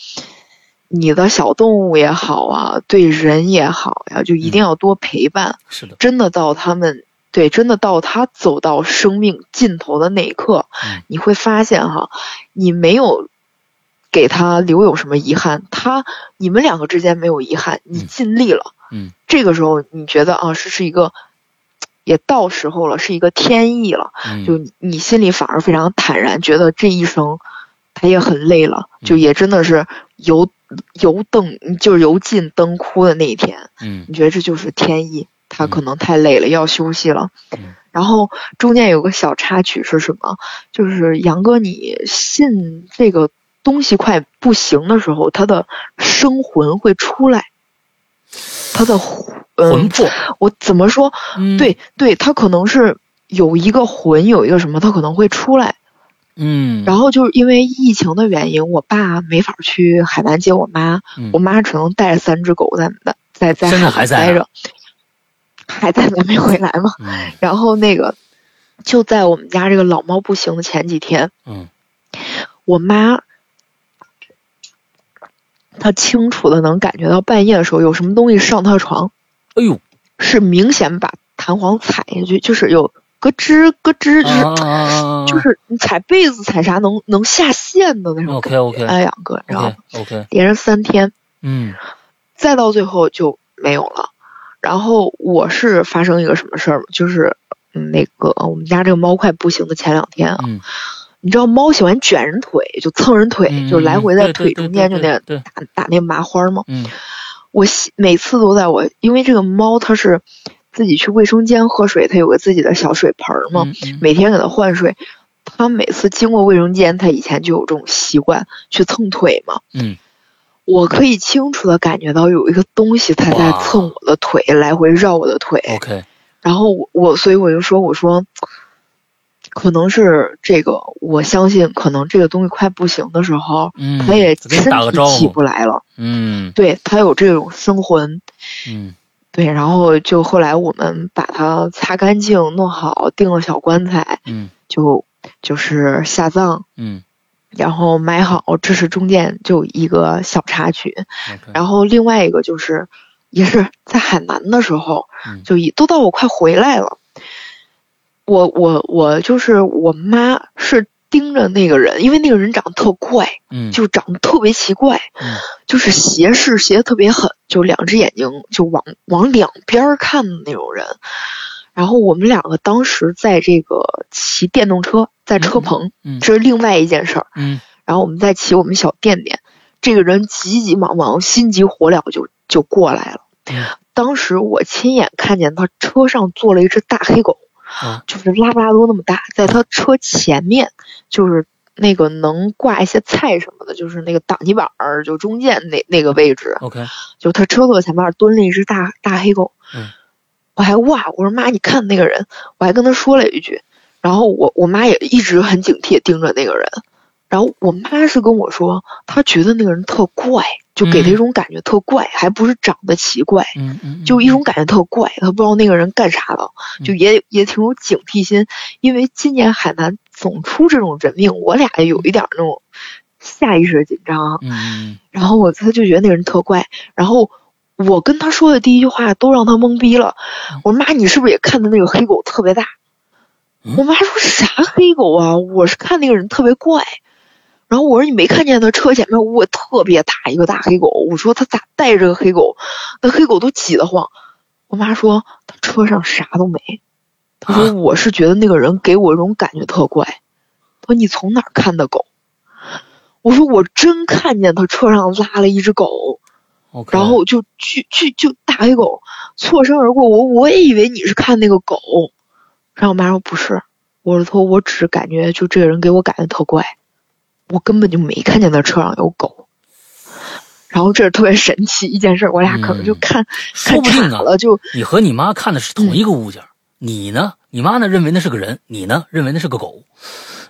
Speaker 3: 你的小动物也好啊，对人也好呀、就
Speaker 2: 嗯
Speaker 3: 一定要多陪伴。
Speaker 2: 是的，
Speaker 3: 真的到他们对，真的到他走到生命尽头的那一刻，
Speaker 2: 嗯
Speaker 3: 你会发现哈，你没有给他留有什么遗憾，他你们两个之间没有遗憾，你
Speaker 2: 嗯
Speaker 3: 尽力了。
Speaker 2: 嗯，
Speaker 3: 这个时候你觉得啊，是是一个。也到时候了，是一个天意了。
Speaker 2: 嗯
Speaker 3: 就你你心里反而非常坦然，觉得这一生他也很累了，
Speaker 2: 嗯
Speaker 3: 就也真的是油油灯，就是油尽灯枯的那一天。
Speaker 2: 嗯
Speaker 3: 你觉得这就是天意？他
Speaker 2: 嗯
Speaker 3: 可能太累了，要休息了。
Speaker 2: 嗯
Speaker 3: 然后中间有个小插曲是什么？就是杨哥，你信这个东西快不行的时候，他的生魂会出来，他的魂
Speaker 2: 魂
Speaker 3: 嗯，
Speaker 2: 魄，
Speaker 3: 我怎么说？
Speaker 2: 嗯，
Speaker 3: 对对，他可能是有一个魂，有一个什么，他可能会出来。
Speaker 2: 嗯，
Speaker 3: 然后就是因为疫情的原因，我爸没法去海南接我妈，
Speaker 2: 嗯
Speaker 3: 我妈只能带着三只狗在在在
Speaker 2: 现在还
Speaker 3: 海
Speaker 2: 在啊
Speaker 3: 南待着，还在呢，没回来嘛。
Speaker 2: 嗯
Speaker 3: 然后那个就在我们家这个老猫不行的前几天，
Speaker 2: 嗯
Speaker 3: 我妈她清楚的能感觉到半夜的时候有什么东西上她的床，
Speaker 2: 哎呦，
Speaker 3: 是明显把弹簧踩下去，就是有咯吱咯吱，就是、
Speaker 2: 啊
Speaker 3: 就是你踩被子踩啥能能下线的那种感觉。
Speaker 2: OK OK
Speaker 3: 哎，杨哥，你知道吗
Speaker 2: OK 嗯 OK，
Speaker 3: 连着三天，
Speaker 2: 嗯
Speaker 3: 再到最后就没有了。然后我是发生一个什么事儿吗？就是嗯那个我们家这个猫快不行的前两天啊，
Speaker 2: 嗯，
Speaker 3: 你知道猫喜欢卷人腿，就蹭人腿，
Speaker 2: 嗯
Speaker 3: 就来回在
Speaker 2: 对对
Speaker 3: 腿中间就
Speaker 2: 对
Speaker 3: 那
Speaker 2: 对
Speaker 3: 样
Speaker 2: 对，对
Speaker 3: 打打那麻花吗？
Speaker 2: 嗯
Speaker 3: 我喜每次都在我，因为这个猫它是自己去卫生间喝水，它有个自己的小水盆儿嘛，
Speaker 2: 嗯嗯
Speaker 3: 每天给它换水。它每次经过卫生间，它以前就有这种习惯去蹭腿嘛。
Speaker 2: 嗯，
Speaker 3: 我可以清楚的感觉到有一个东西它在
Speaker 2: 哇
Speaker 3: 蹭我的腿，来回绕我的腿。
Speaker 2: OK，
Speaker 3: 然后我我所以我就说我说，可能是这个，我相信可能这个东西快不行的时候，
Speaker 2: 嗯，
Speaker 3: 它也
Speaker 2: 给你
Speaker 3: 身
Speaker 2: 打个
Speaker 3: 体
Speaker 2: 招
Speaker 3: 起
Speaker 2: 呼，
Speaker 3: 不来了，
Speaker 2: 嗯
Speaker 3: 对，它有这种生魂。
Speaker 2: 嗯
Speaker 3: 对，然后就后来我们把它擦干净、弄好，订了小棺材，
Speaker 2: 嗯
Speaker 3: 就就是下葬，
Speaker 2: 嗯
Speaker 3: 然后埋好，这是中间就一个小插曲。
Speaker 2: ，OK，
Speaker 3: 然后另外一个就是，也是在海南的时候
Speaker 2: 嗯，
Speaker 3: 就已都到我快回来了，我我我就是我妈是盯着那个人，因为那个人长得特怪，
Speaker 2: 嗯
Speaker 3: 就长得特别奇怪，
Speaker 2: 嗯
Speaker 3: 就是斜视斜得特别狠，就两只眼睛就往往两边儿看的那种人。然后我们两个当时在这个骑电动车，在车棚，
Speaker 2: 嗯
Speaker 3: 这是另外一件事儿。
Speaker 2: 嗯
Speaker 3: 然后我们在骑我们小电电，这个人急急忙忙、心急火燎就就过来了。
Speaker 2: 嗯
Speaker 3: 当时我亲眼看见他车上坐了一只大黑狗，
Speaker 2: 啊
Speaker 3: 就是拉布拉多那么大，在他车前面就是那个能挂一些菜什么的，就是那个挡泥板儿，就中间那那个位置，
Speaker 2: ，OK，
Speaker 3: 就他车座前面蹲了一只大大黑狗。
Speaker 2: 嗯
Speaker 3: 我还哇，我说妈，你看那个人，我还跟他说了一句，然后我我妈也一直很警惕地盯着那个人，然后我妈是跟我说，她觉得那个人特怪，就给她一种感觉特怪，还不是长得奇怪，
Speaker 2: 嗯嗯，
Speaker 3: 就一种感觉特怪，他不知道那个人干啥的，就也也挺有警惕心，因为今年海南总出这种人命，我俩有一点儿那种下意识的紧张，
Speaker 2: 嗯嗯
Speaker 3: 然后我他就觉得那个人特怪，然后我跟他说的第一句话都让他懵逼了，我说妈，你是不是也看的那个黑狗特别大？
Speaker 2: 嗯
Speaker 3: 我妈说啥黑狗啊？我是看那个人特别怪。然后我说你没看见他车前面我特别大一个大黑狗，我说他咋带着个黑狗？那黑狗都挤得慌。我妈说他车上啥都没，她说
Speaker 2: 啊
Speaker 3: 我是觉得那个人给我一种感觉特怪。她说你从哪儿看的狗？我说我真看见他车上拉了一只狗，
Speaker 2: ，OK，
Speaker 3: 然后就去去就大黑狗错身而过，我我也以为你是看那个狗，然后我妈说不是，我说我只是感觉就这个人给我感觉特怪，我根本就没看见他车上有狗。然后这是特别神奇一件事儿，我俩可能就
Speaker 2: 嗯
Speaker 3: 看、
Speaker 2: 说
Speaker 3: 看
Speaker 2: 不定
Speaker 3: 岔
Speaker 2: 啊，
Speaker 3: 了，就
Speaker 2: 你和你妈看的是
Speaker 3: 嗯
Speaker 2: 同一个物件儿，你呢？你妈呢认为那是个人，你呢认为那是个狗。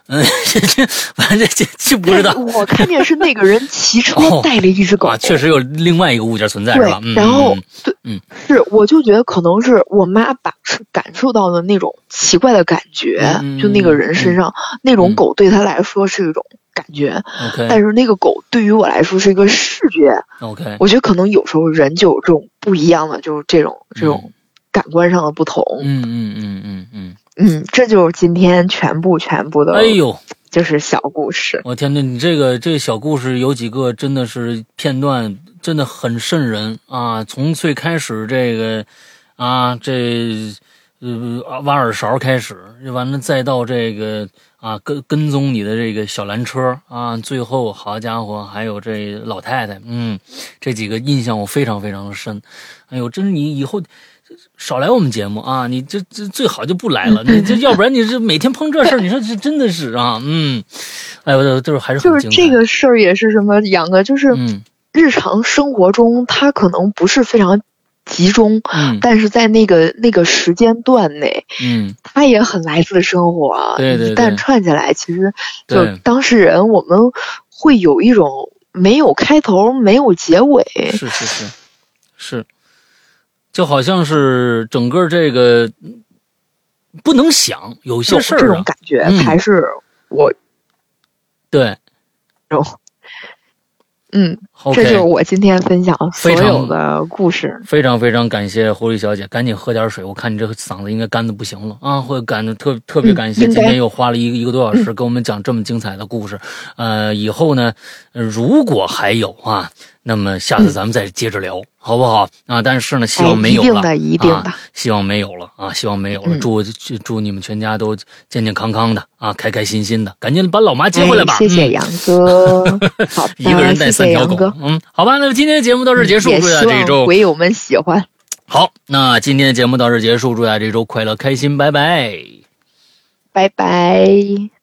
Speaker 2: 嗯， 这这反正这这这不知道
Speaker 3: 但我看见是那个人 骑
Speaker 2: 哦
Speaker 3: 车带着一只狗，
Speaker 2: 啊，确实有另外一个物件存在是
Speaker 3: 对
Speaker 2: 吧？嗯，
Speaker 3: 然后
Speaker 2: 嗯
Speaker 3: 对，
Speaker 2: 嗯
Speaker 3: 是，我就觉得可能是我妈把是感受到的那种奇怪的感觉，
Speaker 2: 嗯嗯
Speaker 3: 就那个人身上、那种狗对她来说是一种感觉，
Speaker 2: 嗯 OK
Speaker 3: 但是那个狗对于我来说是一个视觉。
Speaker 2: OK，
Speaker 3: 我觉得可能有时候人就有这种不一样的，就是这种这种感官上的不同。
Speaker 2: 嗯嗯嗯嗯嗯，
Speaker 3: 嗯这就是今天全部全部的，
Speaker 2: 哎呦，
Speaker 3: 就是小故事。
Speaker 2: 我天呐，你这个这小故事有几个真的是片段，真的很瘆人啊！从最开始这个啊，这呃啊挖耳勺开始，完了再到这个啊跟跟踪你的这个小蓝车啊，最后好家伙，还有这老太太，嗯，这几个印象我非常非常的深。哎呦，真是你以后。少来我们节目啊！你这这最好就不来了，
Speaker 3: 嗯
Speaker 2: 你这要不然你这每天碰这事儿，你说这真的是啊，嗯，哎呦，这就是还是很
Speaker 3: 就是
Speaker 2: 精彩
Speaker 3: 这个事儿也是什么杨哥，就是
Speaker 2: 嗯
Speaker 3: 日常生活中他可能不是非常集中，
Speaker 2: 嗯
Speaker 3: 但是在那个那个时间段内，
Speaker 2: 嗯，
Speaker 3: 他也很来自生活。
Speaker 2: 对对
Speaker 3: 一
Speaker 2: 对
Speaker 3: 旦串起来，其实就
Speaker 2: 对
Speaker 3: 当事人我们会有一种没有开头、没有结尾。
Speaker 2: 嗯是是是是，就好像是整个这个嗯不能想有些
Speaker 3: 这
Speaker 2: 事
Speaker 3: 这
Speaker 2: 儿
Speaker 3: 种
Speaker 2: 啊，
Speaker 3: 感觉
Speaker 2: 嗯
Speaker 3: 才是我
Speaker 2: 对
Speaker 3: 这种，嗯， 这就是
Speaker 2: ，OK，
Speaker 3: 我今天分享所
Speaker 2: 非常
Speaker 3: 有的故事。
Speaker 2: 非常非常感谢狐狸小姐，赶紧喝点水，我看你这个嗓子应该干的不行了啊，会感觉特特别
Speaker 3: 嗯
Speaker 2: 感谢
Speaker 3: 应
Speaker 2: 今
Speaker 3: 该
Speaker 2: 天又花了一个一个多小时给我们讲这么精彩的故事，呃，以后呢，呃如果还有啊，那么下次咱们再接着聊，好不好啊？但是呢，希
Speaker 3: 哎，
Speaker 2: 望没
Speaker 3: 一
Speaker 2: 有
Speaker 3: 定
Speaker 2: 了。
Speaker 3: 的，一定的
Speaker 2: 啊，希望没有了啊，希望没有了。
Speaker 3: 嗯
Speaker 2: 祝祝祝你们全家都健健康康的啊，开开心心的，赶紧把老妈接回来吧。
Speaker 3: 哎谢谢
Speaker 2: 嗯
Speaker 3: 杨 哥，好的，
Speaker 2: 一个人带三条狗
Speaker 3: 谢谢杨哥。，嗯
Speaker 2: 嗯，好吧，那今天的节目到这儿结束，
Speaker 3: 也
Speaker 2: 祝大家
Speaker 3: 希
Speaker 2: 这一
Speaker 3: 望
Speaker 2: 周
Speaker 3: 鬼友们喜欢。
Speaker 2: 好。那今天的节目到这儿结束，祝大家这一周快乐开心，拜拜。
Speaker 3: 拜拜。